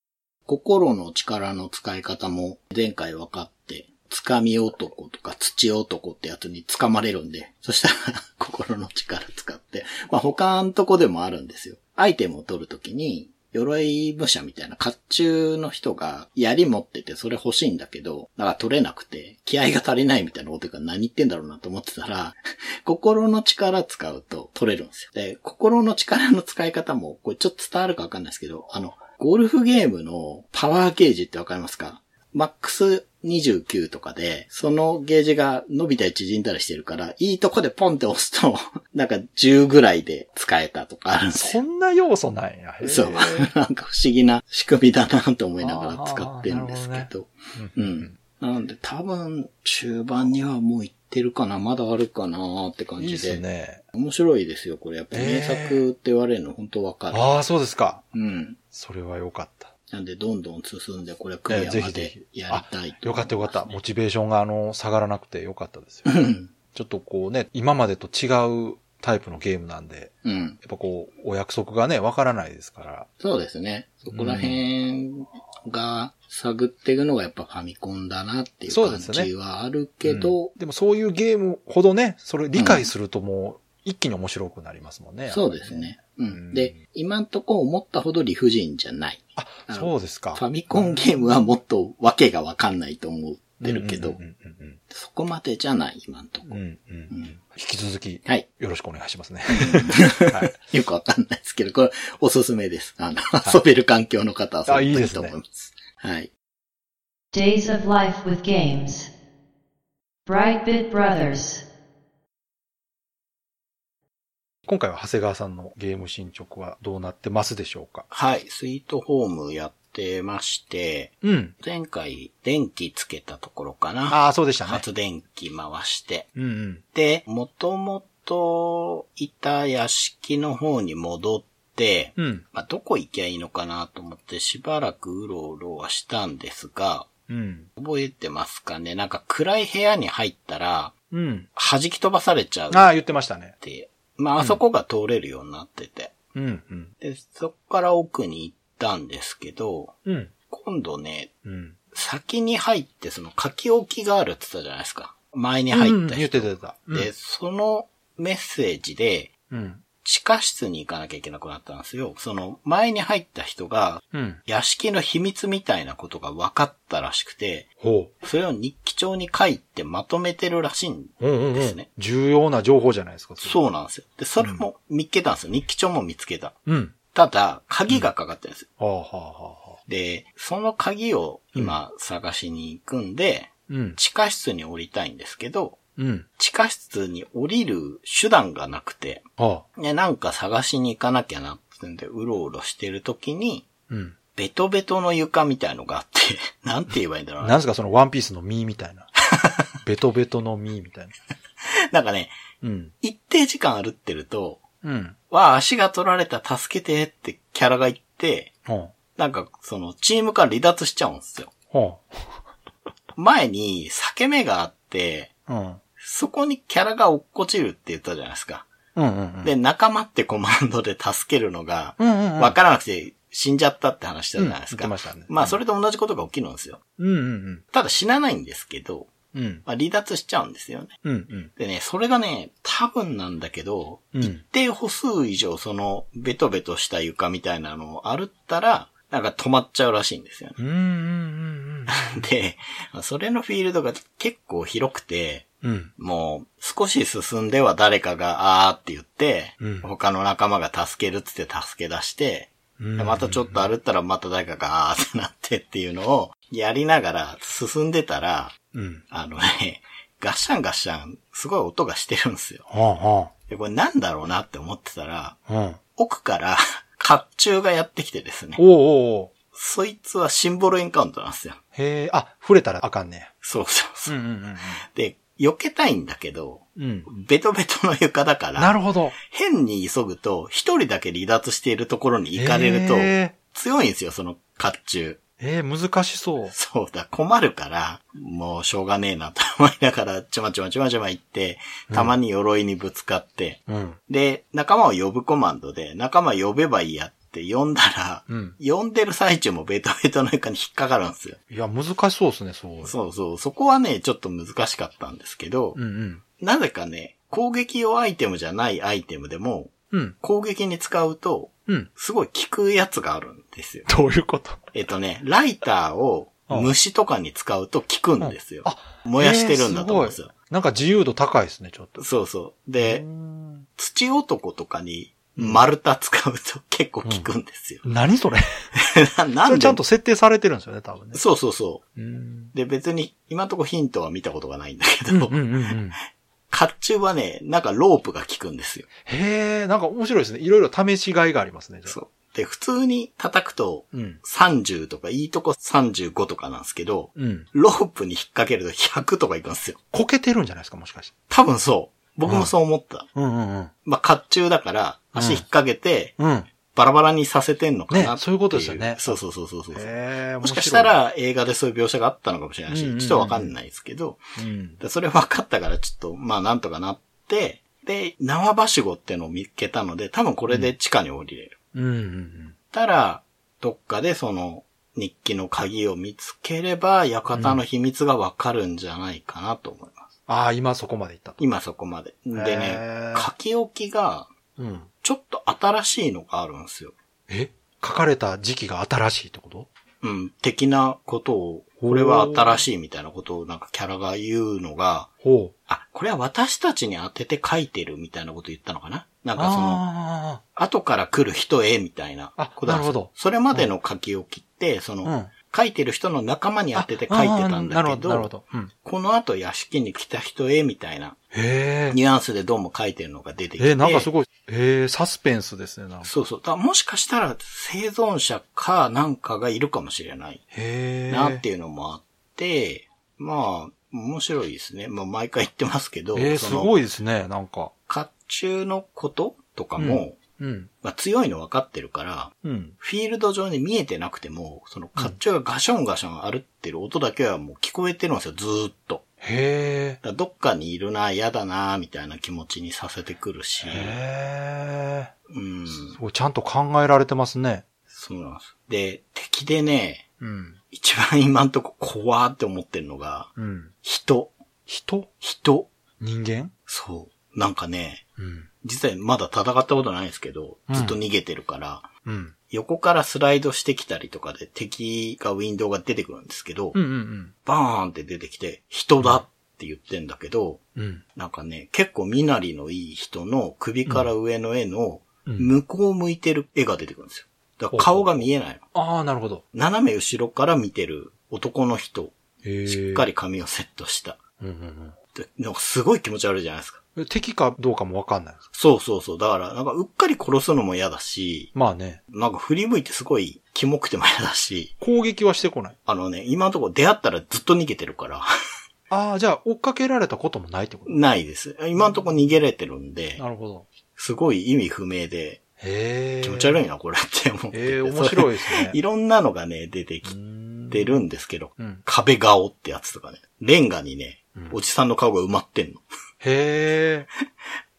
C: 心の力の使い方も前回分かって、つかみ男とか土男ってやつに掴まれるんで、そしたら 心の力使って、まあ他のとこでもあるんですよ。アイテムを取るときに、鎧武者みたいな甲冑の人が槍持っててそれ欲しいんだけど、だから取れなくて気合が足りないみたいなことが何言ってんだろうなと思ってたら、心の力使うと取れるんですよ。で、心の力の使い方も、これちょっと伝わるかわかんないですけど、あの、ゴルフゲームのパワーゲージってわかりますかマックス29とかで、そのゲージが伸びたり縮んだりしてるから、いいとこでポンって押すと、 なんか10ぐらいで使えたとかあるんですよ。
B: そんな要素なんや。へー
C: そう。なんか不思議な仕組みだなと思いながら使ってるんです
B: あーな
C: け
B: るほ
C: ど。
B: う
C: うんん。なんで多分中盤にはもう行ってるかな、まだあるかなって
B: う
C: 感
B: ん。いい
C: じ
B: で
C: で。
B: すね。
C: 面白いですよ、これ。やっぱ名作って言われるの本当わかる。
B: ああ、そうですか。
C: うん。
B: それは良かった。
C: なんで、どんどん進んで、これクリア
B: ええぜ
C: ま
B: ひぜ
C: で
B: ひ
C: やりたいと
B: よ
C: 思
B: か
C: い
B: ったよか
C: ま
B: っ
C: す
B: た。
C: ね。
B: モチベーションがあの、下がらなくてよかったですよ。ちょっとこうね、今までと違うタイプのゲームなんで、
C: うん。うん。
B: やっぱこう、お約束がね、わからないですから。
C: そうですね。そこら辺が探っていくのがやっぱファミコンだなっていう
B: そうで
C: 感
B: すね
C: じはあるけど、
B: でもそういうゲームほどね、それ理解するともう一気に面白くなりますもんね。
C: そうですね。う
B: うん
C: ん。で、今んとこ思ったほど理不尽じゃない。
B: あ、
C: あの
B: そうですか。
C: ファミコンゲームはもっと訳がわかんないと思ってるけ
B: う
C: ど、
B: んうん
C: そこまでじゃない、今んとこ。
B: うんうん。うんうん
C: うん
B: 引き続き、
C: はい。
B: よろしくお願いします ね。はい
C: よくわかんないですけど、これおすすめです。あの、遊べる環境の方はそう
B: あいい
C: い
B: で
C: い
B: す
C: と
B: ね
C: 思います。はい。
A: Days of Life with Games. Brightbit Brothers.
B: 今回は長谷川さんのゲーム進捗はどうなってますでしょうか
C: はい。スイートホームやってまして、
B: うん。
C: 前回電気つけたところかな。
B: ああ、そうでしたね。
C: 発電機回して。
B: うんうん。
C: で、もともといた屋敷の方に戻って、
B: うん。
C: まあ、どこ行きゃいいのかなと思ってしばらくうろうろはしたんですが、
B: うん。
C: 覚えてますかねなんか暗い部屋に入ったら、
B: うん。
C: 弾き飛ばされちゃうっ
B: ああ、言ってましたね。
C: て。まあ、あそこが通れるようになってて。
B: うんうん。
C: で、そこから奥に行ったんですけど、
B: うん。
C: 今度ね、
B: うん。
C: 先に入ってその書き置きがあるって言ったじゃないですか。前に
B: う
C: 入
B: ん
C: った
B: 言っ
C: 人。
B: てた言ってた。うん
C: で、そのメッセージで、
B: うん。
C: 地下室に行かなきゃいけなくなったんですよ。その前に入った人が、
B: うん。
C: 屋敷の秘密みたいなことが分かったらしくて、
B: ほ
C: それを日記帳に書いてまとめてるらしいん
B: う。うんうんう
C: です
B: ん
C: ね。
B: 重要な情報じゃないですか。
C: そうなんですよ。で、それも見つけたんですよ。日記帳も見つけた。
B: う。うん。
C: ただ、鍵がかかってるんですよ。
B: はあはあはあはあ。
C: で、その鍵を今探しに行くんで、
B: うん。
C: 地下室に降りたいんですけど、
B: うん。
C: 地下室に降りる手段がなくて、
B: はあ。
C: ね、なんか探しに行かなきゃなってんで、うろうろしてる時に、
B: うん。
C: ベトベトの床みたいのがあって、 なんて言えばいいんだろう
B: なん
C: な。
B: ですかそのワンピースの実みたいな。 ベトベトの実みたいな。
C: なんかね、
B: うん。
C: 一定時間歩ってると、
B: うん。
C: わあ、足が取られた、助けてってキャラが言って、
B: ほ
C: なんか、その、チームから離脱しちゃうんですよ。
B: う。ほ
C: 前に、裂け目があって、
B: う。うん。
C: そこにキャラが落っこちるって言ったじゃないですか。
B: うんうんうん。
C: で、仲間ってコマンドで助けるのが、
B: うんうんうん。
C: わからなくて死んじゃったって話したじゃないですか。
B: うん言ってましたね
C: まあ、それと同じことが起きるんですよ。
B: うんうん
C: ただ死なないんですけど、
B: うん。うん。
C: まあ、離脱しちゃうんですよね。
B: うんうん。
C: でね、それがね、多分なんだけど、
B: うん。
C: 一定歩数以上そのベトベトした床みたいなのを歩ったら、なんか止まっちゃうらしいんで すよね。
B: うんうん
C: で、それのフィールドが結構広くて、
B: うんうん。うん。
C: もう少し進んでは誰かがあーって言って、
B: うん
C: 他の仲間が助けるっつって助け出して、
B: うん
C: またちょっと歩ったらまた誰かがあーってなってっていうのをやりながら進んでたら、
B: うん。
C: あのね、 ガッシャンガッシャンすごい音がしてるんですよ。
B: は
C: で、これなんだろうなって思ってたら、
B: あはあ。うん。
C: 奥から、 甲冑がやってきてですね。
B: おうおうおう
C: そいつはシンボルエンカウントなんですよ。
B: へえ、あ、触れたらあかんね。
C: そうそうそう。
B: んうん
C: で、避けたいんだけど、
B: うん。うん。
C: ベトベトの床だから、
B: なるほど。
C: 変に急ぐと、一人だけ離脱しているところに行かれると、
B: え
C: 強いんですよ、その甲冑。
B: ーえー、難しそう。
C: そうだ、困るから、もうしょうがねえなと思いながら、ちょまちょまちょまちょま行って、たまに鎧にぶつかって、
B: うん。
C: で、仲間を呼ぶコマンドで、仲間呼べばいいやって呼んだら、
B: うん。
C: 呼んでる最中もベトベトの床に引っかかるんですよ。
B: いや、難しそうですね、そう。
C: そうそう、そこはね、ちょっと難しかったんですけど、
B: うんうん。
C: なぜかね、攻撃用アイテムじゃないアイテムでも、
B: うん。
C: 攻撃に使うと、
B: うん。
C: すごい効くやつがあるんですよ。
B: どういうこと
C: えっとね、ライターを
B: うん
C: 虫とかに使うと効くんですよ。
B: あ、
C: 燃やしてるんだと思うんですよ
B: えー。ごいなんか自由度高いですね、ちょっと。
C: そうそう。
B: う
C: で、
B: ん
C: 土男とかに丸太使うと 結構効くんですよ。
B: 何それ そ
C: なん
B: れ
C: で
B: ちゃんと設定されてるんですよね、多分ね。
C: そうそうそう。
B: うん。
C: で、別に、今のとこヒントは見たことがないんだけ
B: うん
C: ど、
B: うんうんうん。
C: 甲冑はね、なんかロープが効くんですよ。
B: へえ、なんか面白いですね。いろいろ試しがいがありますね、じゃあ
C: そう。で、普通に叩くと、
B: うん。
C: 30とか、いいとこ35とかなんですけど、
B: うん。
C: ロープに引っ掛けると100とかいくんですよ。
B: こけてるんじゃないですか、もしかして。
C: 多分そう。僕もそう思った。
B: うんうんうん。
C: まあ、甲冑だから、足引っ掛けて、
B: うん。
C: バラバラにさせてんのかなって
B: ねそういうことですよね
C: そうそうそうそうそう。
B: へえ、
C: もしかした
B: 面
C: ら映画でそういう描写があったのかもしれない
B: う
C: し、
B: んうんうんうん
C: ちょっとわかんないですけど、
B: 白い、うん。
C: でそれ分かったからちょっと、まあなんとか なって、で、縄ばしごってのを見つけたので、多分これで地下に降りれる。
B: うんうん
C: たら、どっかでその、日記の鍵を見つければ、館の秘密がわかるんじゃないかなと思います。
B: ああ、今そこまで行ったと。
C: 今そこまで。でね、
B: へー
C: 書き置きが、
B: うん。
C: ちょっと新しいのがあるんですよ。
B: え書かれた時期が新しいってこと
C: うん、的なことを、これは新しいみたいなことをなんかキャラが言うのが、
B: ほう。
C: あ、これは私たちに当てて書いてるみたいなこと言ったのかななんかその、
B: あ
C: 後から来る人へみたいな
B: あ
C: ことんで
B: な
C: すよ
B: るほど
C: それまでの書き置きって、その、
B: あ、うん。
C: 書いてる人の仲間に当てて書いてたん
B: あ
C: だけ
B: ーなるほど、なるほ
C: ど、
B: ど。うん。
C: この後屋敷に来た人へみたいな
B: へえ。
C: ニュアンスでどうも書いてるのが出てきて。
B: えー、なんかすごい、えー、サスペンスですね、なんか。
C: そうそう。だからもしかしたら生存者かなんかがいるかもしれない
B: へえ。
C: なっていうのもあって、まあ、面白いですね。まあ、毎回言ってますけど、
B: えー、
C: そ
B: す
C: の
B: ごいですね、なんか。
C: 甲冑のこととかも、
B: うん。
C: まあ、強いの分かってるから、
B: うん。
C: フィールド上に見えてなくても、その甲冑がガションガション歩ってる音だけはもう聞こえてるんですよ、ずーっと。
B: へえ。
C: だからどっかにいるな、嫌だな、みたいな気持ちにさせてくるし、
B: へえ。
C: うん、
B: すごい、ちゃんと考えられてますね。
C: そうなんです。で、敵でね、
B: うん。
C: 一番今んとこ怖ーって思ってるのが、
B: うん。
C: 人、
B: 人
C: 人、
B: 人間
C: そう。なんかね、
B: うん。
C: 実際まだ戦ったことないですけど、
B: うん
C: ずっと逃げてるから、
B: うん。
C: 横からスライドしてきたりとかで敵がウィンドウが出てくるんですけど、
B: うんうん
C: バーンって出てきて、人だって言ってんだけど、
B: うん。うん。
C: なんかね、結構身なりのいい人の首から上の絵の
B: うん
C: 向こう向いてる絵が出てくるんですよ。だから顔が見えないの。
B: ああ、なるほど。
C: 斜め後ろから見てる男の人、
B: へえ。
C: しっかり髪をセットした。
B: うんうん
C: でなんかすごい気持ち悪いじゃないですか。
B: うん。敵かどうかもわかんないです。
C: そうそうそう。だから、なんかうっかり殺すのも嫌だし、
B: まあね。
C: なんか振り向いてすごいキモくても嫌だし、
B: 攻撃はしてこない。
C: あのね、今のところ出会ったらずっと逃げてるから、
B: ああ、じゃあ追っかけられたこともないってこと
C: ないです。今のところ逃げれてるんで、
B: なるほど。
C: すごい意味不明で、
B: へえ。
C: 気持ち悪いな、これって思ってて。
B: ええ、面
C: そ
B: 白
C: れ
B: いですね。
C: いろんなのがね、出てきて
B: 出。
C: るんですけど、
B: うん。
C: 壁顔ってやつとかね、レンガにね
B: うん、
C: おじさんの顔が埋まってんの。
B: へえ。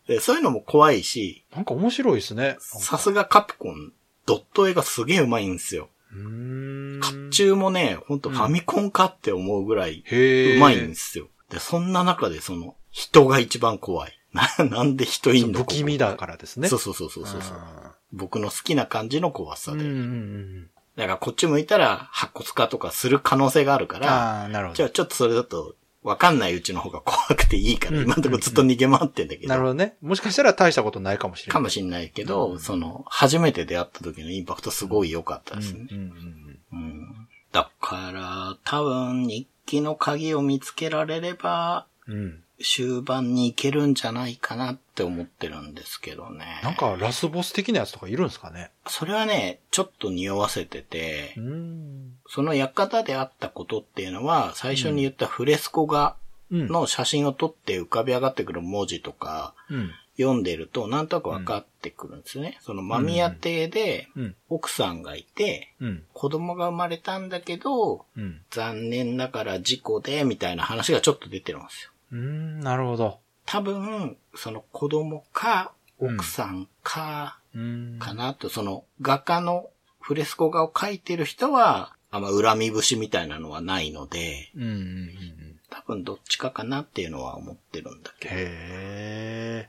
C: でそういうのも怖いし、
B: なんか面白いですね。
C: さすがカプコン、ドット絵がすげえうまいんですよ。
B: うーん。
C: 甲冑もね、ほんとファミコンかって思うぐらい
B: へえ。
C: うまいんですよ。で、そんな中でその、人が一番怖い。 な、なんで人いんの
B: 不気味だかららですね。
C: そうそうそうそうそうそう。
B: あ
C: 僕の好きな感じの怖
B: ー
C: さ
B: うん
C: で。
B: うんうん。
C: だからこっち向いたら、白骨化とかする可能性があるから、
B: ああ、なるほ
C: じゃあ
B: ど。
C: ちょっとそれだと、わかんないうちの方が怖くていいから、
B: うん
C: 今んとこずっと逃げ回ってんだけど。
B: なるほどね。もしかしたら大したことないかもしれな
C: か
B: い。
C: もしんないけど、
B: うん
C: その、初めて出会った時のインパクトすごい良かったですね。
B: うんうんうん
C: うんだから、多分、日記の鍵を見つけられれば、
B: うん。うん。
C: 終盤に行けるんじゃないかなって思ってるんですけどね。
B: なん、かラスボス的なやつとかいるんですかね。
C: それはね、ちょっと匂わせてて
B: う、ん。
C: その館であったことっていうのは、最初に言ったフレスコ画
B: うん。
C: の写真を撮って浮かび上がってくる文字とか、
B: うん。
C: 読んでると、なんとなく分かってくるんですね。その、マミヤ邸で、
B: うん。
C: 奥さんがいて、
B: うん。
C: 子供が生まれたんだけど、
B: うん。
C: 残念ながら事故で、みたいな話がちょっと出てるんですよ。
B: うん。なるほど。
C: 多分、その子供か、奥さんか、
B: うん。
C: かなと、その画家のフレスコ画を描いてる人は、あんま恨み節みたいなのはないので、
B: うんうんうんうん。
C: 多分どっちかかなっていうのは思ってるんだけ
B: へ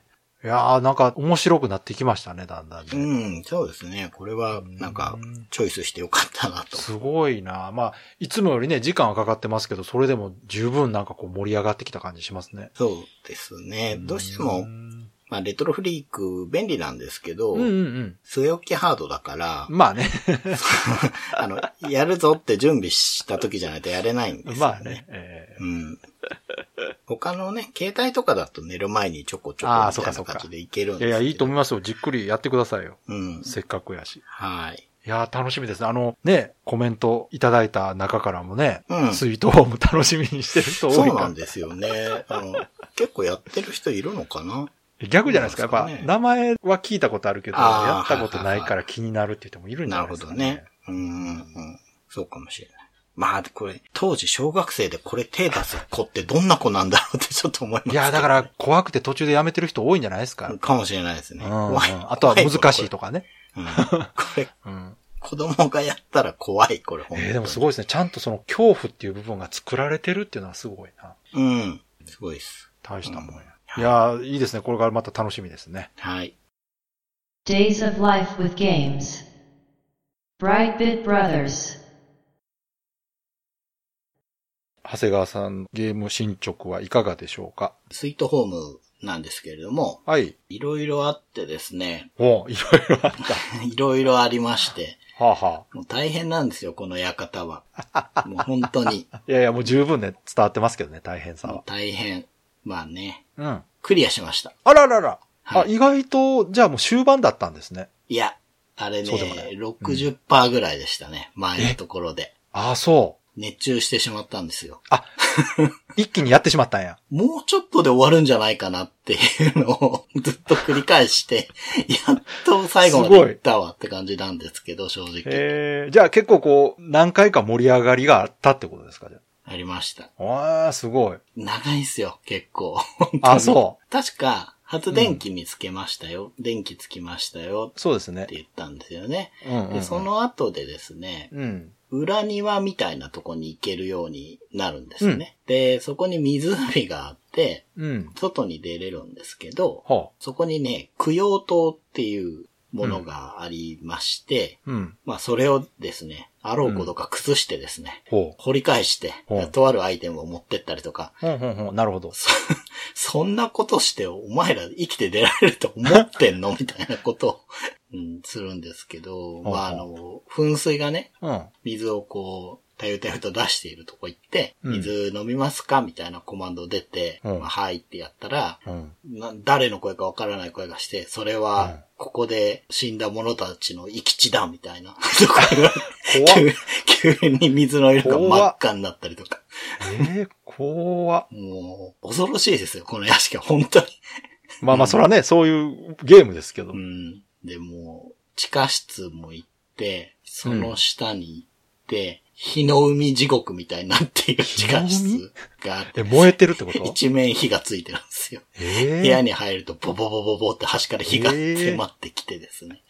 B: え。いやー、なんか面白くなってきましたね、だんだんね。
C: ど。うん、そうですね。これは、なんか、チョイスしてよかったなと。
B: すごいなまあ、いつもよりね、時間はかかってますけど、それでも十分なんかこう盛り上がってきた感じしますね。
C: そうですね。どうしても
B: う、ん
C: まあ、レトロフリーク便利なんですけど
B: う、んうん
C: 据え置きハードだから
B: うん。、まあね。
C: あの、やるぞって準備した時じゃないとやれないんですよね。
B: まあね。え
C: うん。他のね、携帯とかだと寝る前にちょこちょこ
B: あー
C: みた
B: そっか
C: いな
B: そっか
C: 感じでいけるん
B: え
C: です
B: い
C: けど
B: や、いいと思いますよ。じっくりやってくださいよ。
C: うん。
B: せっかくやし。
C: はい。
B: いやー、楽しみですね。あの、ね、コメントいただいた中からもね、
C: うん
B: ツイートも楽しみにしてる人
C: そ
B: 多いうか
C: な
B: ら
C: ん。ですよね。あの、結構やってる人いるのかな
B: 逆じゃないですか。やっ
C: そ
B: ぱ、
C: うなんですかね
B: 名前は聞いたことあるけど、
C: あー
B: やったことないから気になるっていう人もいるんじゃ
C: な
B: な
C: る
B: いで
C: ほ
B: す
C: ど
B: か、
C: ね。うん、うん。そうかもしれない。まあ、これ、当時小学生でこれ手出す子ってどんな子なんだろうってちょっと思いますけ
B: い
C: ど。
B: や、だから怖くて途中でやめてる人多いんじゃないですか。
C: かもしれないです
B: う
C: ね。
B: んうん
C: 怖い
B: あとは難しいとかね。
C: うんこれ、
B: うん
C: 子供がやったら怖い、これ、本当
B: え
C: に
B: ーでもすごいですね。ちゃんとその恐怖っていう部分が作られてるっていうのはすごいな。
C: うん。すごいです。
B: 大したもんや。
C: うん
B: いやー、いいですね。これからまた楽しみですね。
C: はい。
A: Days of Life with Games. Brightbit Brothers.
B: 長谷川さん、ゲーム進捗はいかがでしょうか
C: スイートホームなんですけれども、
B: はい。
C: いろいろあってですね、
B: おういろいろあった。
C: いろいろありまして、
B: はあ、は
C: もう大変なんですよ、この館は。もう本当 に。
B: あ、いやいや、もう十分ね、伝わってますけどね、大変さ
C: もう
B: は。
C: 大変。まあね、
B: うん。
C: クリアしました。
B: あららら。あ、
C: はい
B: 意外と、じゃあもう終盤だったんですね。
C: いや、あれね、
B: そうでもないうん
C: 60%ぐらいでしたね、前のところで。
B: ああ、そう。
C: 熱中してしまったんですよ。
B: 一気にやってしまったん や。
C: もうちょっとで終わるんじゃないかなっていうのを ずっと繰り返して、やっと最後まで行ったわって感じなんですけど、正直。
B: ええじゃあ結構こう、何回か盛り上がりがあったってことですかじゃ
C: ありました。
B: あ。わあ、すごい。
C: 長いんすよ、結構。。
B: あ、そう
C: 確か、発電機見つけましたよ。電気つきましたよ
B: う。そうですね
C: って。言ったんですよね。
B: うんうん、うん。
C: で、そ、の後でですね、
B: うん。
C: 裏庭みたいなとこに行けるようになるんですね。で、そこに湖があって、
B: うん。
C: 外に出れるんですけど、
B: は
C: そこにね、供養塔っていうものがありまして、
B: あ。うん。
C: まあそれをですね、あろうことか崩してですね、
B: ほ
C: 掘り返して
B: ほう、
C: とあるアイテムを持ってったりとか、
B: う。ほんほんほん。なるほど。
C: そ そんなことしてお前ら生きて出られると思ってんのみたいなことを、 うん、するんですけど、
B: ほう
C: まああの、噴水がね、
B: うん。
C: 水をこう、たゆたゆと出しているとこ行って、
B: うん
C: 水飲みますかみたいなコマンド出て、
B: うん
C: まあはいってやったら、
B: うん。
C: な誰の声かわからない声がして、それ
B: うん
C: は、ここで死んだ者たちの生き地だ、みたいな。 とか言わ
B: 怖っ。
C: れて急急に水の色が真っ赤になったりとか。
B: ええ怖っ。
C: もう、恐ろしいですよ、この屋敷は、本当に。
B: まあまあ、そらね、そういうゲームですけど。
C: うん。で、もう、地下室も行って、その下に行って、火の海地獄みたいになっている地下室があって
B: え、、燃えてるってこと
C: 一面火がついてるんですよ。
B: え
C: 部屋
B: え
C: に入るとボボボボボって端から火が迫ってきてですね。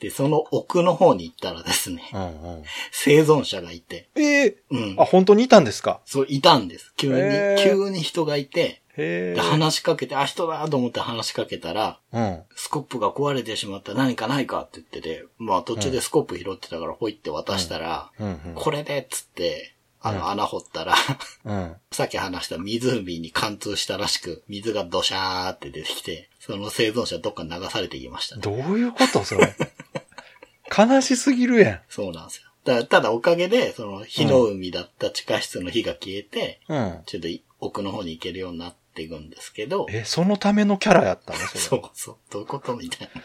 C: で、その奥の方に行ったらですね、
B: うんうん。
C: 生存者がいて、
B: ええ
C: うん
B: あ、。本当にいたんですか
C: そう、いたんです。急に、
B: へー
C: 急に人がいて、
B: へ
C: で
B: え。
C: 話しかけて、あ、人だと思って話しかけたら、
B: うん。
C: スコップが壊れてしまった何かないかって言ってて、まあ途中でスコップ拾ってたからほいって渡したら、
B: うんうん。
C: これでっつって、あ
B: う
C: の
B: ん
C: 穴掘ったら、
B: うん。
C: さっき話した湖に貫通したらしく、水がドシャーって出てきて、その生存者どっかに流されていきましたね。
B: どういうことそれ。 悲しすぎるや
C: そうなんですよ。だただおかげで、その火の海だった地下室の火が消えて、
B: ん。うん。
C: ちょっと奥の方に行けるようになっていくんですけど、
B: え、そのためのキャラやったのそれ。
C: そうそう、どういうことみたいな。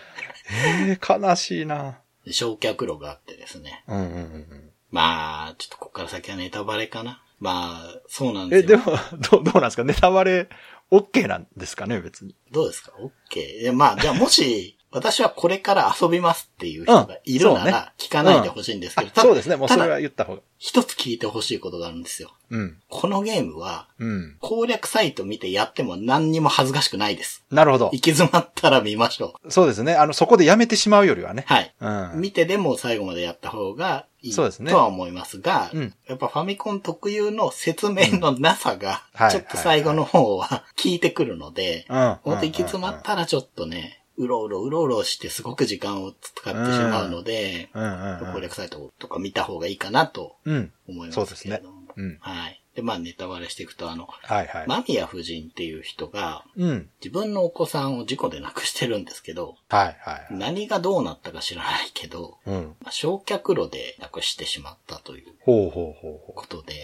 B: ええ悲しいな。
C: 焼却炉があってですね。
B: うんうんうん
C: まあ、ちょっとここから先はネタバレかな。まあ、そうなん
B: うん。
C: です
B: え、
C: よ。
B: でも、 どう、どうなんですかネタバレ、OK なんですかね別に。
C: どうですか ?OK。でまあ、じゃあもし、 私はこれから遊びますっていう人がいる
B: う
C: なん
B: そう
C: ら、聞かないでほしいんですけ ど、。
B: そうですすね。もう
C: た
B: そ
C: だ
B: れは言った方が。
C: 一つ聞いてほしいことがあるんですよ。
B: うん。
C: このゲームは、
B: うん。
C: 攻略サイト見てやっても何にも恥ずかしくないです。
B: なるほど
C: 行。き詰まったら見ましょう。
B: そうですね。あの、そこでやめてしまうよりはね。
C: はい。
B: うん。
C: 見てでも最後までやった方がいい
B: そうですね
C: とは思いますが、
B: うん
C: やっぱファミコン特有の説明のなさが
B: うんはい、
C: ちょっと最後の方は効いてくるので、
B: うん。
C: 本当行き詰まったらちょっとね、うろうろうろうろしてすごく時間を使ってしまうので、
B: うんうんうん
C: 攻略サイトとか見た方がいいかなと
B: うん。
C: 思いますけれども。
B: うん。
C: はい。で、まあネタバレしていくと、あの、
B: はいはい。
C: マミヤ夫人っていう人が、
B: うん。
C: 自分のお子さんを事故で亡くしてるんですけど、
B: はいはい。
C: 何がどうなったか知らないけど、
B: うん。
C: まあ焼却炉で亡くしてしまったという
B: ほうほうほうほ
C: ことで、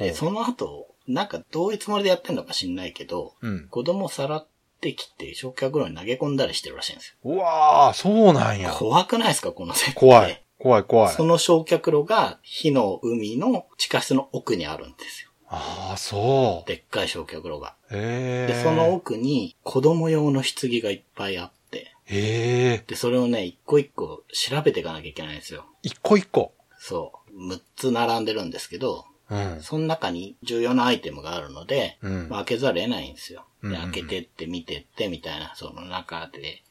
B: う。
C: で、その後、なんかどういうつもりでやってんのか知んないけど、
B: うん。
C: 子供をさらってきて焼却炉に投げ込んだりしてるらしいんです
B: うわー、そうなん
C: よ。
B: や。
C: 怖くないですかこの設定。
B: 怖い。。怖い怖い。
C: その焼却炉が火の海の地下室の奥にあるんですよ。
B: ああ、そう。
C: でっかい焼却炉が。
B: ええ。
C: で、その、奥に子供用の棺がいっぱいあって、
B: ええ。
C: で、それをね、一個一個調べていかなきゃいけないんですよ。
B: 一個一個。
C: そう。6つ並んでるんですけど、
B: うん。
C: その中に重要なアイテムがあるので、
B: うん。
C: まあ、開けざるを得ないんですよ。
B: うん
C: で、
B: うんうん
C: 開けてって見てってみたいな、その中で、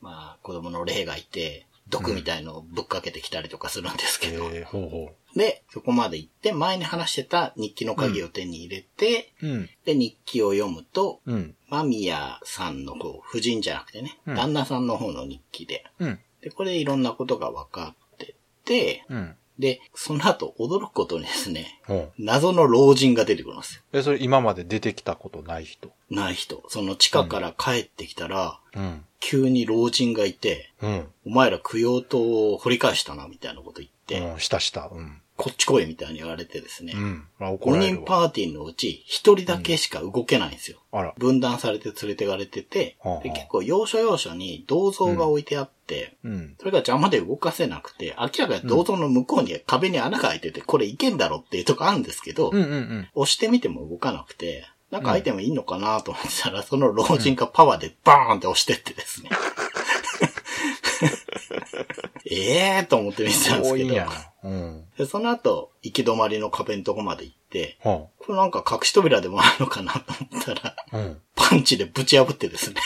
C: まあ、子供の霊がいて、毒みたいのをぶっかけてきたりとかするんですけど。
B: えー、ほうほ
C: で、そこまで行って、前に話してた日記の鍵を手に入れて、
B: う。うん。
C: で、日記を読むと、
B: うん。
C: 間宮さんの方、夫人じゃなくてね、
B: うん
C: 旦那さんの方の日記で。
B: うん。
C: で、これでいろんなことが分かってて、
B: うん。
C: で、その後驚くことにですね、
B: ほう。
C: 謎の老人が出てくるんですよ。
B: え、それ今まで出てきたことない人。
C: ない人。その地下から帰ってきたら、
B: うん。
C: 急に老人がいて、
B: うん。
C: お前ら供養塔を掘り返したな、みたいなこと言って、
B: うん、したした。うん。
C: こっち来い、みたいに言われてですね、
B: うん。あ、怒
C: 5
B: られ
C: 人
B: るわ。
C: パーティーのうち1人だけしか動けないんですよ。
B: あら。
C: 分断されて連れてかれてて
B: はあは、あ
C: で結構要所要所に銅像が置いてあって、
B: うん。
C: それが邪魔で動かせなくて、明らかに銅像の向こうに壁に穴が開いてて、これいけんだろっていうとこあるんですけど、
B: うんうんうん。
C: 押してみても動かなくて、なんかアイテムいいのかなと思ってたら、その老人がパワーでバーンって押してってですね。 ええーと思って見てたんです
B: 多
C: け
B: いん
C: ど
B: やな。うん。
C: で、その後、行き止まりの壁のとこまで行って、
B: は
C: これなんか隠し扉でもあるのかなと思ったら、
B: あ。うん。
C: パンチでぶち破って ですね。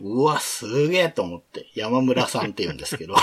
C: うわ、すげえと思って。山村さんって言うんです けど。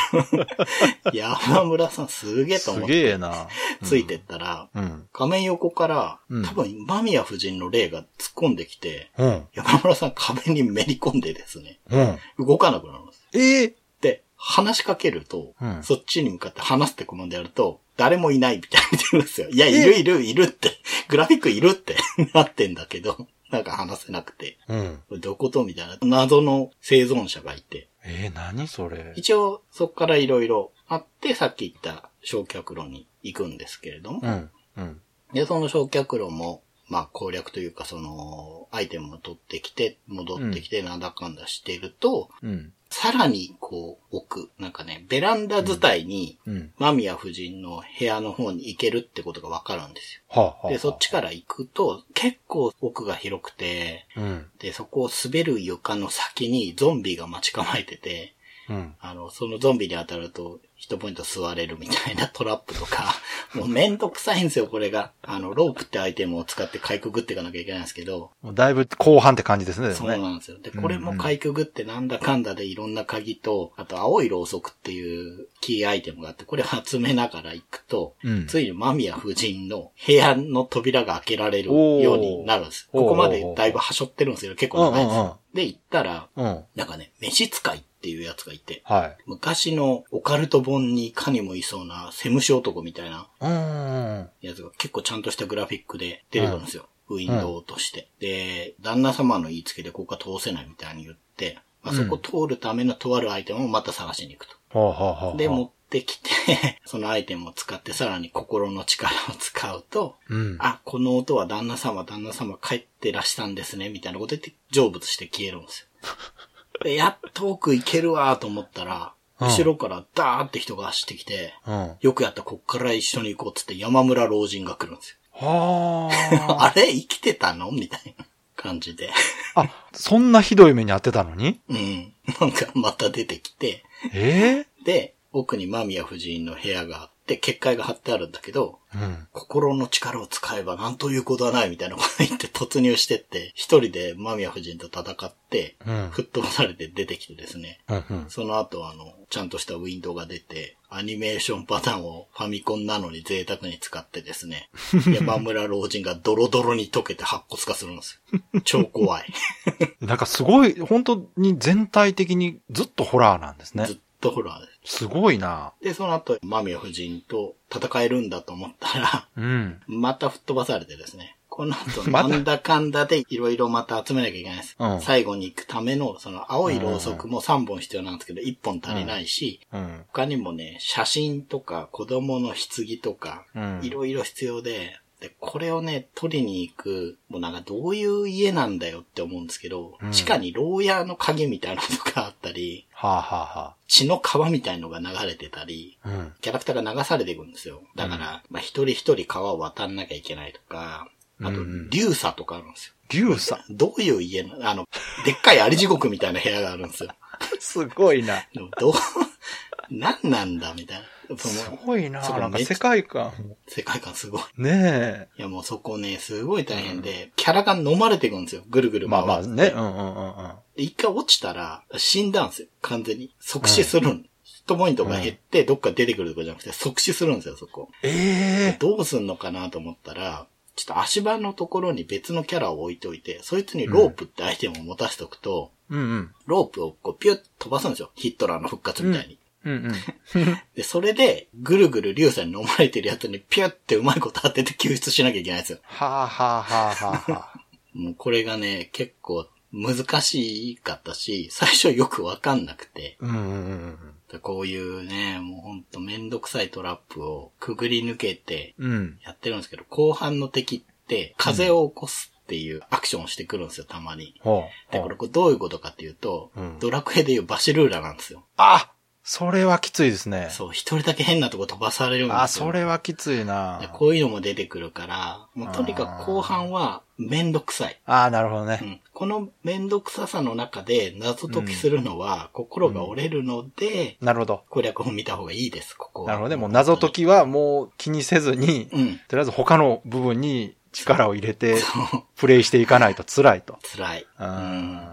C: 山村さんすげえと
B: す
C: 思って、
B: げえな。うん
C: ついてっ。たら、
B: うん。
C: 画面横から
B: うん、
C: 多分、間宮夫人の霊が突っ込んできて、
B: うん。
C: 山村さん壁にめり込んでですね、
B: うん。
C: 動かなくなるんです。
B: ええ
C: で、話しかけると、
B: うん
C: そっちに向かって話すってコマンドやると、誰もいないみたいに出るんですよ。いや、いるいるいるって、 グラフィックいるって なってんだけど、なんか話せなくて、
B: うん。
C: これどういうことみたいな謎の生存者がいて、
B: ええ何それ。
C: 一応そこからいろいろあって、さっき言った焼却炉に行くんですけれども、
B: うん。うん。
C: で、その焼却炉も、まあ攻略というか、その、アイテムを取ってきて、戻ってきて、なんだかんだしてると、
B: うん。
C: さらにこう、奥、なんかね、ベランダ伝いに、
B: うん。
C: 間宮夫人の部屋の方に行けるってことがわかるんです
B: はあ、はあはあ。
C: よ。で、そっちから行くと、結構奥が広くて、
B: うん。
C: で、そこを滑る床の先にゾンビが待ち構えてて、
B: うん。
C: あの、そのゾンビに当たると、1ポイント吸われるみたいなトラップとか、 もうめんどくさいんですよ、これが。あの、ロープってアイテムを使ってかいくぐっていかなきゃいけないんですけど、
B: もうだいぶ後半って感じですね、で
C: そ
B: も
C: う
B: ね。
C: なんですよ。で、これもかいくぐってなんだかんだでいろんな鍵と、あと青いろうそくっていうキーアイテムがあって、これを集めながら行くと、
B: うん
C: ついに間宮夫人の部屋の扉が開けられるようになるんです。
B: おー
C: ここまでだいぶはしょってるんですけど、結構長いんです
B: うんうんうん
C: よ。で、行ったら、
B: うん。
C: なんかね、飯使いっていうやつがいて、
B: はい。
C: 昔のオカルト本にいかにもいそうなセムシ男みたいな
B: うん。
C: やつが結構ちゃんとしたグラフィックで出てくるんですよ。ウィンドウとして。で、旦那様の言いつけでここは通せないみたいに言って、まあ、そこ通るためのとあるアイテムをまた探しに行くと。
B: はあ、はあはあはあ。
C: で、持って きて、そのアイテムを使ってさらに心の力を使うと、
B: うん。
C: あ、この音は旦那様、旦那様帰ってらしたんですね、みたいなこと言って成仏して消えるん ですよ。でやっと奥行けるわと思ったら、
B: うん
C: 後ろからダーって人が走ってきて、
B: うん。は
C: よくやった、こっから一緒に行こうっつって山村老人が来るんですよ。
B: あ。
C: あれ生きてたのみたいな感じで。
B: あ、そんなひどい目に遭ってたのに
C: うん。なんかまた出てきて、
B: え
C: で、奥に間宮夫人の部屋があって、結界が張ってあるんだけど、
B: えうん。
C: 心の力を使えば何ということはないみたいなこと言って突入してって、一人で間宮夫人と戦って、
B: うん。
C: 吹っ飛ばされて出てきてですね。
B: うんうん。
C: その後あの、ちゃんとしたウィンドウが出て、アニメーションパターンをファミコンなのに贅沢に使ってですね、山村老人がドロドロに溶けて白骨化するんですよ。超怖い。
B: なんかすごい、本当に全体的にずっとホラーなんですね
C: ず。っとホラーです
B: ごいな。
C: す。で、その後、間宮夫人と戦えるんだと思ったら、
B: うん。
C: また吹っ飛ばされてですね。この後、
B: ま
C: な
B: た
C: んだかんだでいろいろまた集めなきゃいけないです。
B: うん
C: 最後に行くための、その青いろうそくも3本必要なんですけど、1本足りないし、
B: うん。
C: 他にもね、写真とか子供の棺とか、
B: うん。
C: いろいろ必要で、で、これをね、取りに行く、もうなんかどういう家なんだよって思うんですけど、
B: うん
C: 地下に牢屋の鍵みたいなのとかあったり、
B: はあ、はあは
C: 血の川みたいのが流れてたり、
B: あ、うん。
C: キャラクターが流されていくんですよ。だから、まあ、一人一人川を渡んなきゃいけないとか、あ
B: う
C: と
B: んうん、
C: 流砂とかあるんですよ。
B: 竜さん。
C: どういう家な、あ の、でっかいあり地獄みたいな部屋があるんですよ。
B: すごいな。
C: でもどう、何なんだみたいな。そ
B: す
C: の
B: ごいな
C: そこ
B: なんか
C: めっちゃ
B: 世界観。
C: 世界観すごい。
B: ね
C: いやもうそこね、すごい大変で、キャラが飲まれていくんですよ。ぐるぐ
B: え。
C: る
B: ま
C: 回
B: あ
C: って
B: まあね。うんうんうんうん。
C: で一回落ちたら、死んだんですよ。完全に。即死するん。ヒットポイントが減って、どっか出てくるとかじゃなくて、即死するんですよ、そこ。
B: ええ
C: どうすんのかなと思ったら、ちょっと足場のところに別のキャラを置いておいて、そいつにロープってアイテムを持たせておくと、
B: うんうん。
C: ロープをこうピュッと飛ばすんですよ。ヒットラーの復活みたいに。
B: うんうん。
C: で、それで、ぐるぐる竜さんに飲まれてるやつにピュッてうまいこと当てて救出しなきゃいけないんですよ。
B: はあはあはあはあはあ。
C: もうこれがね、結構難しかったし、最初よくわかんなくて、
B: うんうんうん
C: こういうね、もうほんとめんどくさいトラップをくぐり抜けて
B: うん。うん。
C: やってるんですけど、後半の敵って風を起こすっていうアクションをしてくるんですよ、たまに。
B: ほう。
C: で、これこれどういうことかっていうと、
B: うん
C: ドラクエでいうバシルーラなんですよ。
B: あそれはきついですね。
C: そう、一人だけ変なとこ飛ばされるんですよ。
B: あ、それはきつい
C: で
B: な。
C: こういうのも出てくるから、もうとにかく後半はめんどくさい。
B: ああ、なるほど
C: う
B: ね。
C: ん、このめんどくささの中で謎解きするのは心が折れるので、
B: なるほど。
C: 攻略本見た方がいいです、ここは
B: なるほどね。もう謎解。きはもう気にせずに、
C: うん。
B: とりあえず他の部分に力を入れて、
C: そう、
B: プレイしていかないと辛いと。
C: 辛い。
B: う
C: うん
B: ん。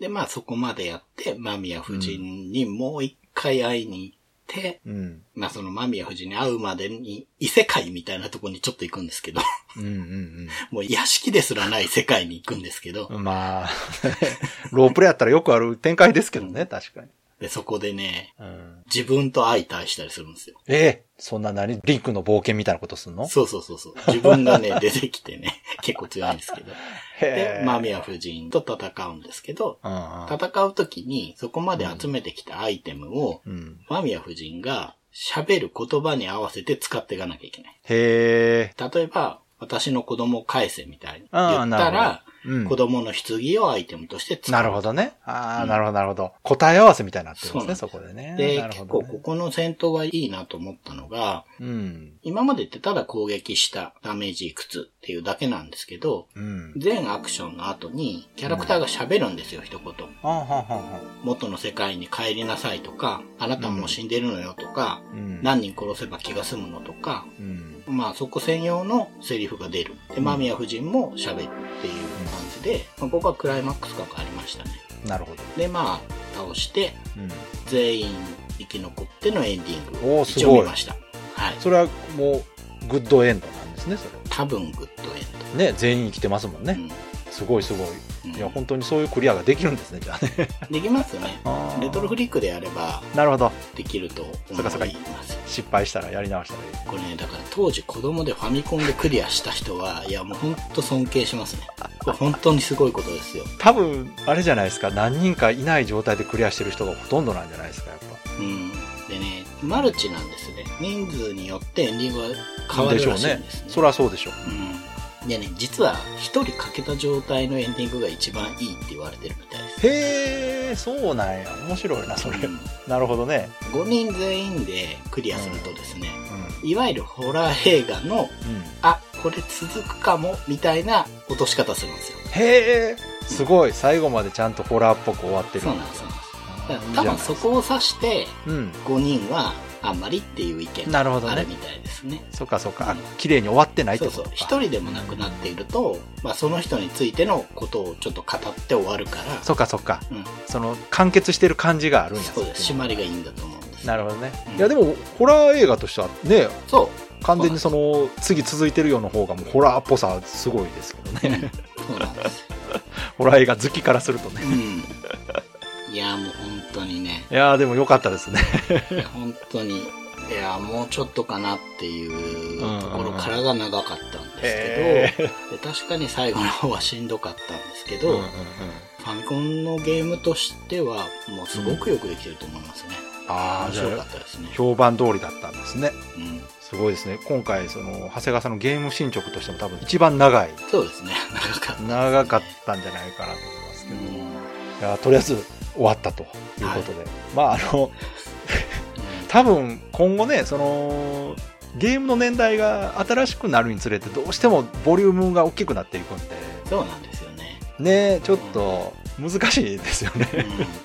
C: で、まあそこまでやって、間宮夫人にもう一回会いに行って、
B: うん。
C: まあその間宮夫人に会うまでに異世界みたいなとこにちょっと行くんですけど、
B: うんうん
C: もう屋敷ですらない世界に行くんですけど、
B: うん。まあ、ロープレイやったらよくある展開ですけどね、確かに。
C: でそこでね、
B: うん、
C: 自分と相対したりするんですよ。
B: ええそんな何リンクの冒険みたいなことすんの
C: そうそうそうそう。自分がね、出 てきてね、結構強いんですけど。
B: へ
C: で、間宮夫人と戦うんですけど、
B: うん
C: 戦う時にそこまで集めてきたアイテムを、
B: うん。うん。
C: 間宮夫人が喋る言葉に合わせて使っていかなきゃいけない。
B: へえ。
C: 例えば、私の子供を返せみたいに言っ
B: ああ
C: た
B: なる
C: ら、
B: うん
C: 子。供の棺をアイテムとして使う。
B: なるほどね。ああ、
C: うん
B: なるほど、なるほど。答え合わせみたいになってるんですね、そ
C: そ
B: こでね。
C: で、
B: なる
C: 結
B: ほど
C: 構
B: ね
C: ここの戦闘はいいなと思ったのが、
B: うん。
C: 今までってただ攻撃したダメージいくつっていうだけなんですけど、
B: うん。
C: 全アクションの後にキャラクターが喋るんですよ、一言。
B: あはんはんは
C: 元の世界に帰りなさいとか、あなたもう死んでるのよとか、
B: ん。うん。
C: 何人殺せば気が済むのとか、
B: うん。
C: まあそこ専用のセリフが出る。で、間宮夫人も喋るっていう感じで、まあ、僕はクライマックス感がありましたね。
B: なるほど。
C: で、まあ倒して、
B: うん。
C: 全員生き残ってのエンディング
B: お
C: を
B: ーす
C: 一
B: ごい
C: 応見ました。はい。
B: それはもう、グッドエンドなんですね、それは
C: 多分グッドエン
B: ね、全員生きてますもんね。すごいすごい。
C: ド。うん
B: いや、本当にそういうクリアができるんですね、じゃあね。
C: できますね。
B: あー
C: レトロフリックであれば
B: なるほど。
C: できると思い
B: そっかそっか
C: ます。
B: 失敗したらやり直したらいい。
C: これね、だから当時子供でファミコンでクリアした人は、いやもうほんと尊敬しますね。これ本当にすごいことですよ。
B: 多分、あれじゃないですか。何人かいない状態でクリアしてる人がほとんどなんじゃないですか、やっぱ。
C: うん。でね、マルチなんですね。人数によってエンディングは変わるらしいん
B: でしょ
C: です
B: う
C: ね。
B: ね。そりゃそうでしょう。
C: うん。でね、実は一人欠けた状態のエンディングが一番いいって言われてるみたいです。
B: へえ、そうなんや。面白いな、それ。
C: うん
B: なるほどね。
C: 5人全員でクリアするとですね、いわゆるホラー映画
B: う
C: の、
B: ん。
C: あ、これ続くかも、みたいな落とし方するんですよ。
B: へえ、すごい。最後までちゃんとホラーっぽく終わってる
C: そう。なんです。そうなんですだから多分そこを指して、
B: うん。
C: 5人はあんまりっていう意見
B: な
C: が
B: るほど
C: あ
B: ね
C: る。みたいですね。
B: そっかそっか。
C: う
B: あ
C: ん
B: 綺麗に終わってないって
C: そう
B: こと
C: そう
B: か。
C: 一人でもなくなっていると、まあ、その人についてのことをちょっと語って終わるから
B: そっかそっか。
C: うん
B: その、完結してる感じがあるんや。
C: そうです締まりがいいんだと思うんです
B: なるほどね。
C: うん
B: いや、でも、ホラー映画としてはね、
C: そ
B: 完全にその、次続いてるような方が、もうホラーっぽさすごいですけど
C: う、う
B: ね。
C: ん、そうなんです、
B: ホラー映画好きからするとね。
C: うん、いやもう本当にね
B: いやー、でも良かったですね。
C: いや本当にいやもうちょっとかなっていうところからが長かったんですけど、で確かに最後の方はしんどかったんですけど、
B: うんうんうん
C: ファミコンのゲームとしてはもうすごくよくできてると思いますね、
B: ああ、
C: 面
B: じゃ
C: 白か
B: あ
C: っ、たですね、
B: 評判通りだったんですね。
C: うん、
B: すごいですね。今回、その、長谷川さんのゲーム進捗としても多分一番長い、
C: そうですね 長かった
B: 長かったんじゃないかなと思いますけど、いやとりあえず終わったということで、まあ、あの、多分今後ね、その、ゲームの年代が新しくなるにつれて、どうしてもボリュームが大きくなっていくんで、
C: そうなんですよね、
B: ね、ちょっと難しいですよね。
C: うん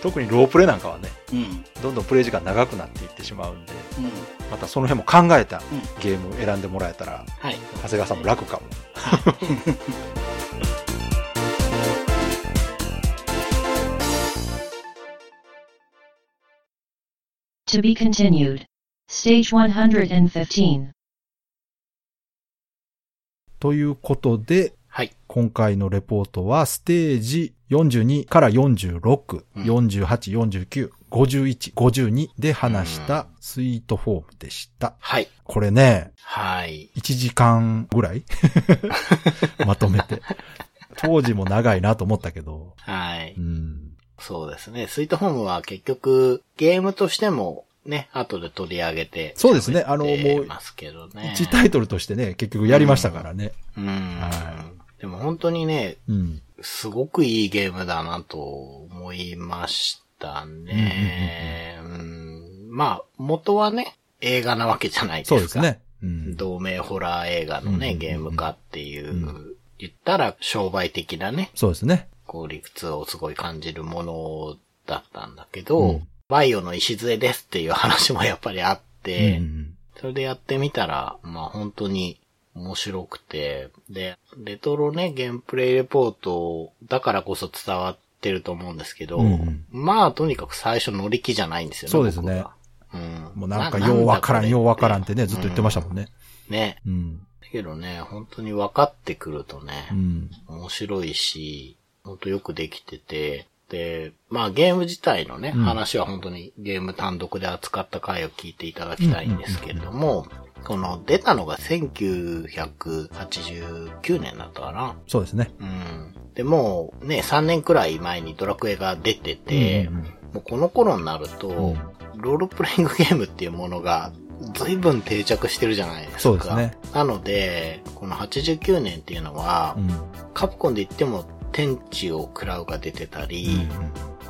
D: 特にロープレなんかはね、
C: うん。うん。
D: どんどんプレイ時間長くなっていってしまうんで、
C: うん。
D: またその辺も考えた
C: うん
D: ゲームを選んでもらえたら、
C: はい。
D: 長谷川さんも楽かも。
A: To be continued. Stage 115.
B: ということで、
C: はい。
B: 今回のレポートはステージ42から46、
C: うん
B: 48、49、51、52で話したスイートフォームでした。
C: はい。
B: これね、
C: はい。
B: 1時間 ぐらい まとめて。当時も長いなと思ったけど。
C: はい。
B: うん。
C: そうですね。スイートホームは結局、ゲームとしても、ね、後で取り上げて。
B: そうですねあの
C: 喋っ
B: もう
C: てますけどね。
B: 1タイトルとしてね、結局やりましたからね。
C: うん。
B: は
C: でも本当にね、
B: うん。
C: すごくいいゲームだなと思いましたね。うんまあ、元はね、映画なわけじゃないですか。
B: そうです。ね。うん。
C: 同盟ホラー映画の
B: うんうんうんう
C: ね、
B: ん
C: ゲーム化っていう、
B: うん
C: 言ったら商売的なね、
B: そうですね。
C: こう理屈をすごい感じるものだったんだけど、
B: うん
C: バイオの礎ですっていう話もやっぱりあって、
B: うん
C: それでやってみたら、まあ本当に面白くて、で、レトロね、ゲームプレイレポートだからこそ伝わってると思うんですけど、
B: うん
C: まあとにかく最初乗り気じゃないんですよね。
B: そうですね
C: 僕は。うん。
B: もうなんかようわからん、ようわからんってね、ずっと言ってました
C: も
B: もんね。
C: ん。ね。
B: うん。
C: だけどね、本当に分かってくるとね、
B: うん。
C: 面白いし、ほんとよくできてて、で、まあゲーム自体のね、
B: うん
C: 話は本当にゲーム単独で扱った回を聞いていただきたいんですけれども、この出たのが1989年だったかな。
B: そうですね。
C: うん。で、もうね、3年くらい前にドラクエが出てて、
B: うんうんうん
C: もうこの頃になると、ロールプレイングゲームっていうものが随分定着してるじゃないですか。
B: そうですね。
C: なので、この89年っていうのは、
B: うん。
C: カプコンで言っても、天地を喰らうが出てたり、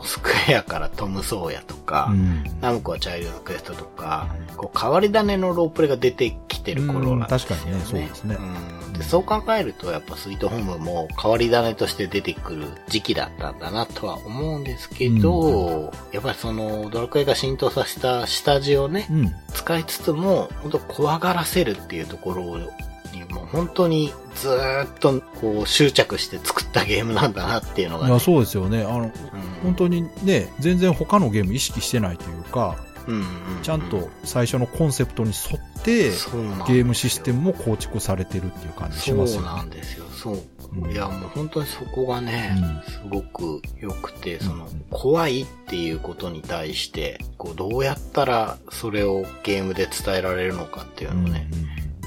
C: スクエアからトム・ソーヤとか、
B: うん
C: ナムコはチャイルドクエストとか、こう変わり種のロープレが出てきてる頃なんですよね。
B: うん確かにねそうですね
C: うんでそう考えると、やっぱスイートホームも変わり種として出てくる時期だったんだなとは思うんですけど、やっぱりそのドラクエが浸透させた下地をね、
B: うん。
C: 使いつつも、本当怖がらせるっていうところに、もう本当にずーっとこう執着して作ったゲームなんだなっていうのが、
B: いや、そうですよね。あの、
C: うん
B: 本当にね、全然他のゲーム意識してないというか、
C: うんうんう
B: ちゃんと最初のコンセプトに沿って、
C: そうなんですよ
B: ゲームシステムも構築されてるっていう感じします
C: そう
B: よ
C: な
B: ね。
C: んですよ。そう。
B: うん
C: いや、もう本当にそこがね、
B: うん
C: すごく良くて、その
B: うん、
C: 怖いっていうことに対して、こう、どうやったらそれをゲームで伝えられるのかっていうのをね、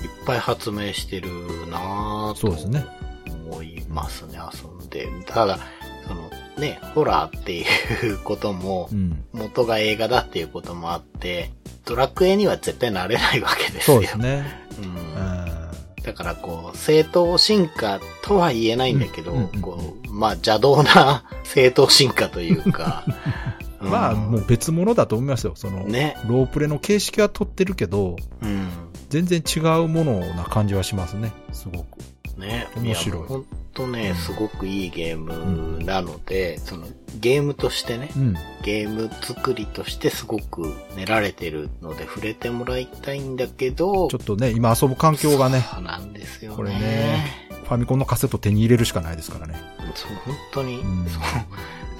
C: いっぱい発明してるなぁ
B: そうですね
C: と思いますね、遊んで。ただ、そのね、ホラーっていうことも
B: うんう、んうん
C: 元が映画だっていうこともあって、ドラクエには絶対なれないわけです
B: そ
C: よ。
B: うですね。
C: うん
B: うん
C: だからこう、正当進化とは言えないんだけど、
B: うんうんうんうん
C: こう、まあ邪道な正当進化というか、う ん
B: まあ、もう別物だと思いますよ。その、
C: ね、
B: ロープレの形式は取ってるけど、
C: うん、
B: 全然違うものな感じはしますね。すごく。
C: ね、
B: 面白い
C: やもうほんとね、すごくいいゲームなので、その、ゲームとしてね
B: う、ん。
C: ゲーム作りとしてすごく練られてるので触れてもらいたいんだけど、
B: ちょっとね、今遊ぶ環境がね、
C: そうなんですよね。
B: これねファミコンのカセット手に入れるしかないですからね。
C: そう、本当に、
B: うん
C: そう、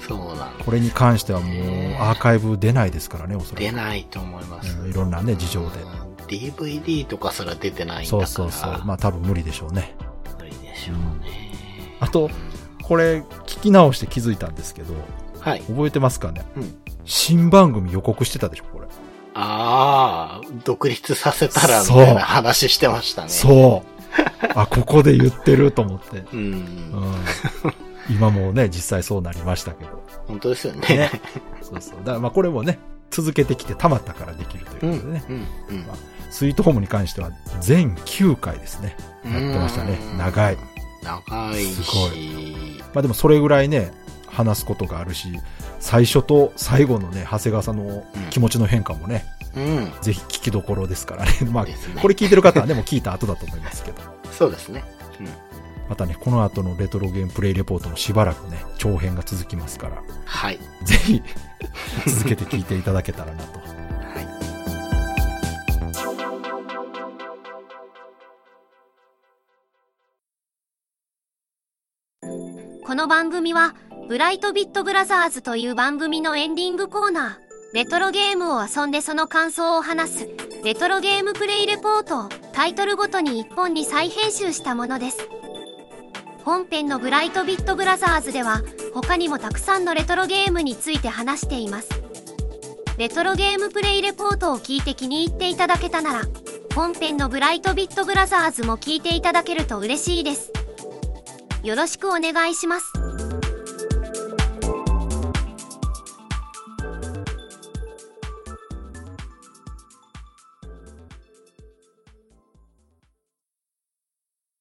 C: そうなん
B: これに関してはもうアーカイブ出ないですからね、おそらく。
C: 出ないと思います。
B: うんいろんなね事情で
C: うん。DVD とかすら出てないんだか
B: そう
C: ら。
B: そうそう。ま
C: ま
B: あ多分無理でしょうね。
C: あ、無理でしょうね。
B: あと、これ聞き直して気づいたんですけど、
C: はい。
B: 覚えてますかね、
C: うん
B: 新番組予告してたでしょ、これ。
C: ああ、独立させたらみ
B: そう
C: たいな話してましたね。う。
B: そう。あ、ここで言ってると思って。うん、
C: うん。
B: 今もうね、実際そうなりましたけど。
C: 本当ですよね。
B: ね。そうそう。だからまあこれもね、続けてきて溜まったからできるという
C: うん。う
B: ことでね。
C: ん。うん
B: まあスイートホームに関しては全9回ですね。やってましたね
C: うん
B: 長い。
C: 長いし。
B: すごまあでもそれぐらいね、話すことがあるし、最初と最後のね、長谷川さんの気持ちの変化もね、
C: うん。
B: ぜひ聞きどころですから ね。まあ、
C: ですね
B: これ聞いてる方はね、もう聞いた後だと思いますけど。
C: そうですね。
B: またね、この後のレトロゲームプレイレポートもしばらくね、長編が続きますから、
C: はい。
B: ぜひ、
E: 続けて聞いていただけたらなと。
C: はい。
F: この番組は、ブライトビットブラザーズという番組のエンディングコーナー、レトロゲームを遊んでその感想を話す、レトロゲームプレイレポートをタイトルごとに1本に再編集したものです。本編のブライトビットブラザーズでは、他にもたくさんのレトロゲームについて話しています。レトロゲームプレイレポートを聞いて気に入っていただけたなら、本編のブライトビットブラザーズも聞いていただけると嬉しいです。よろしくお願いします。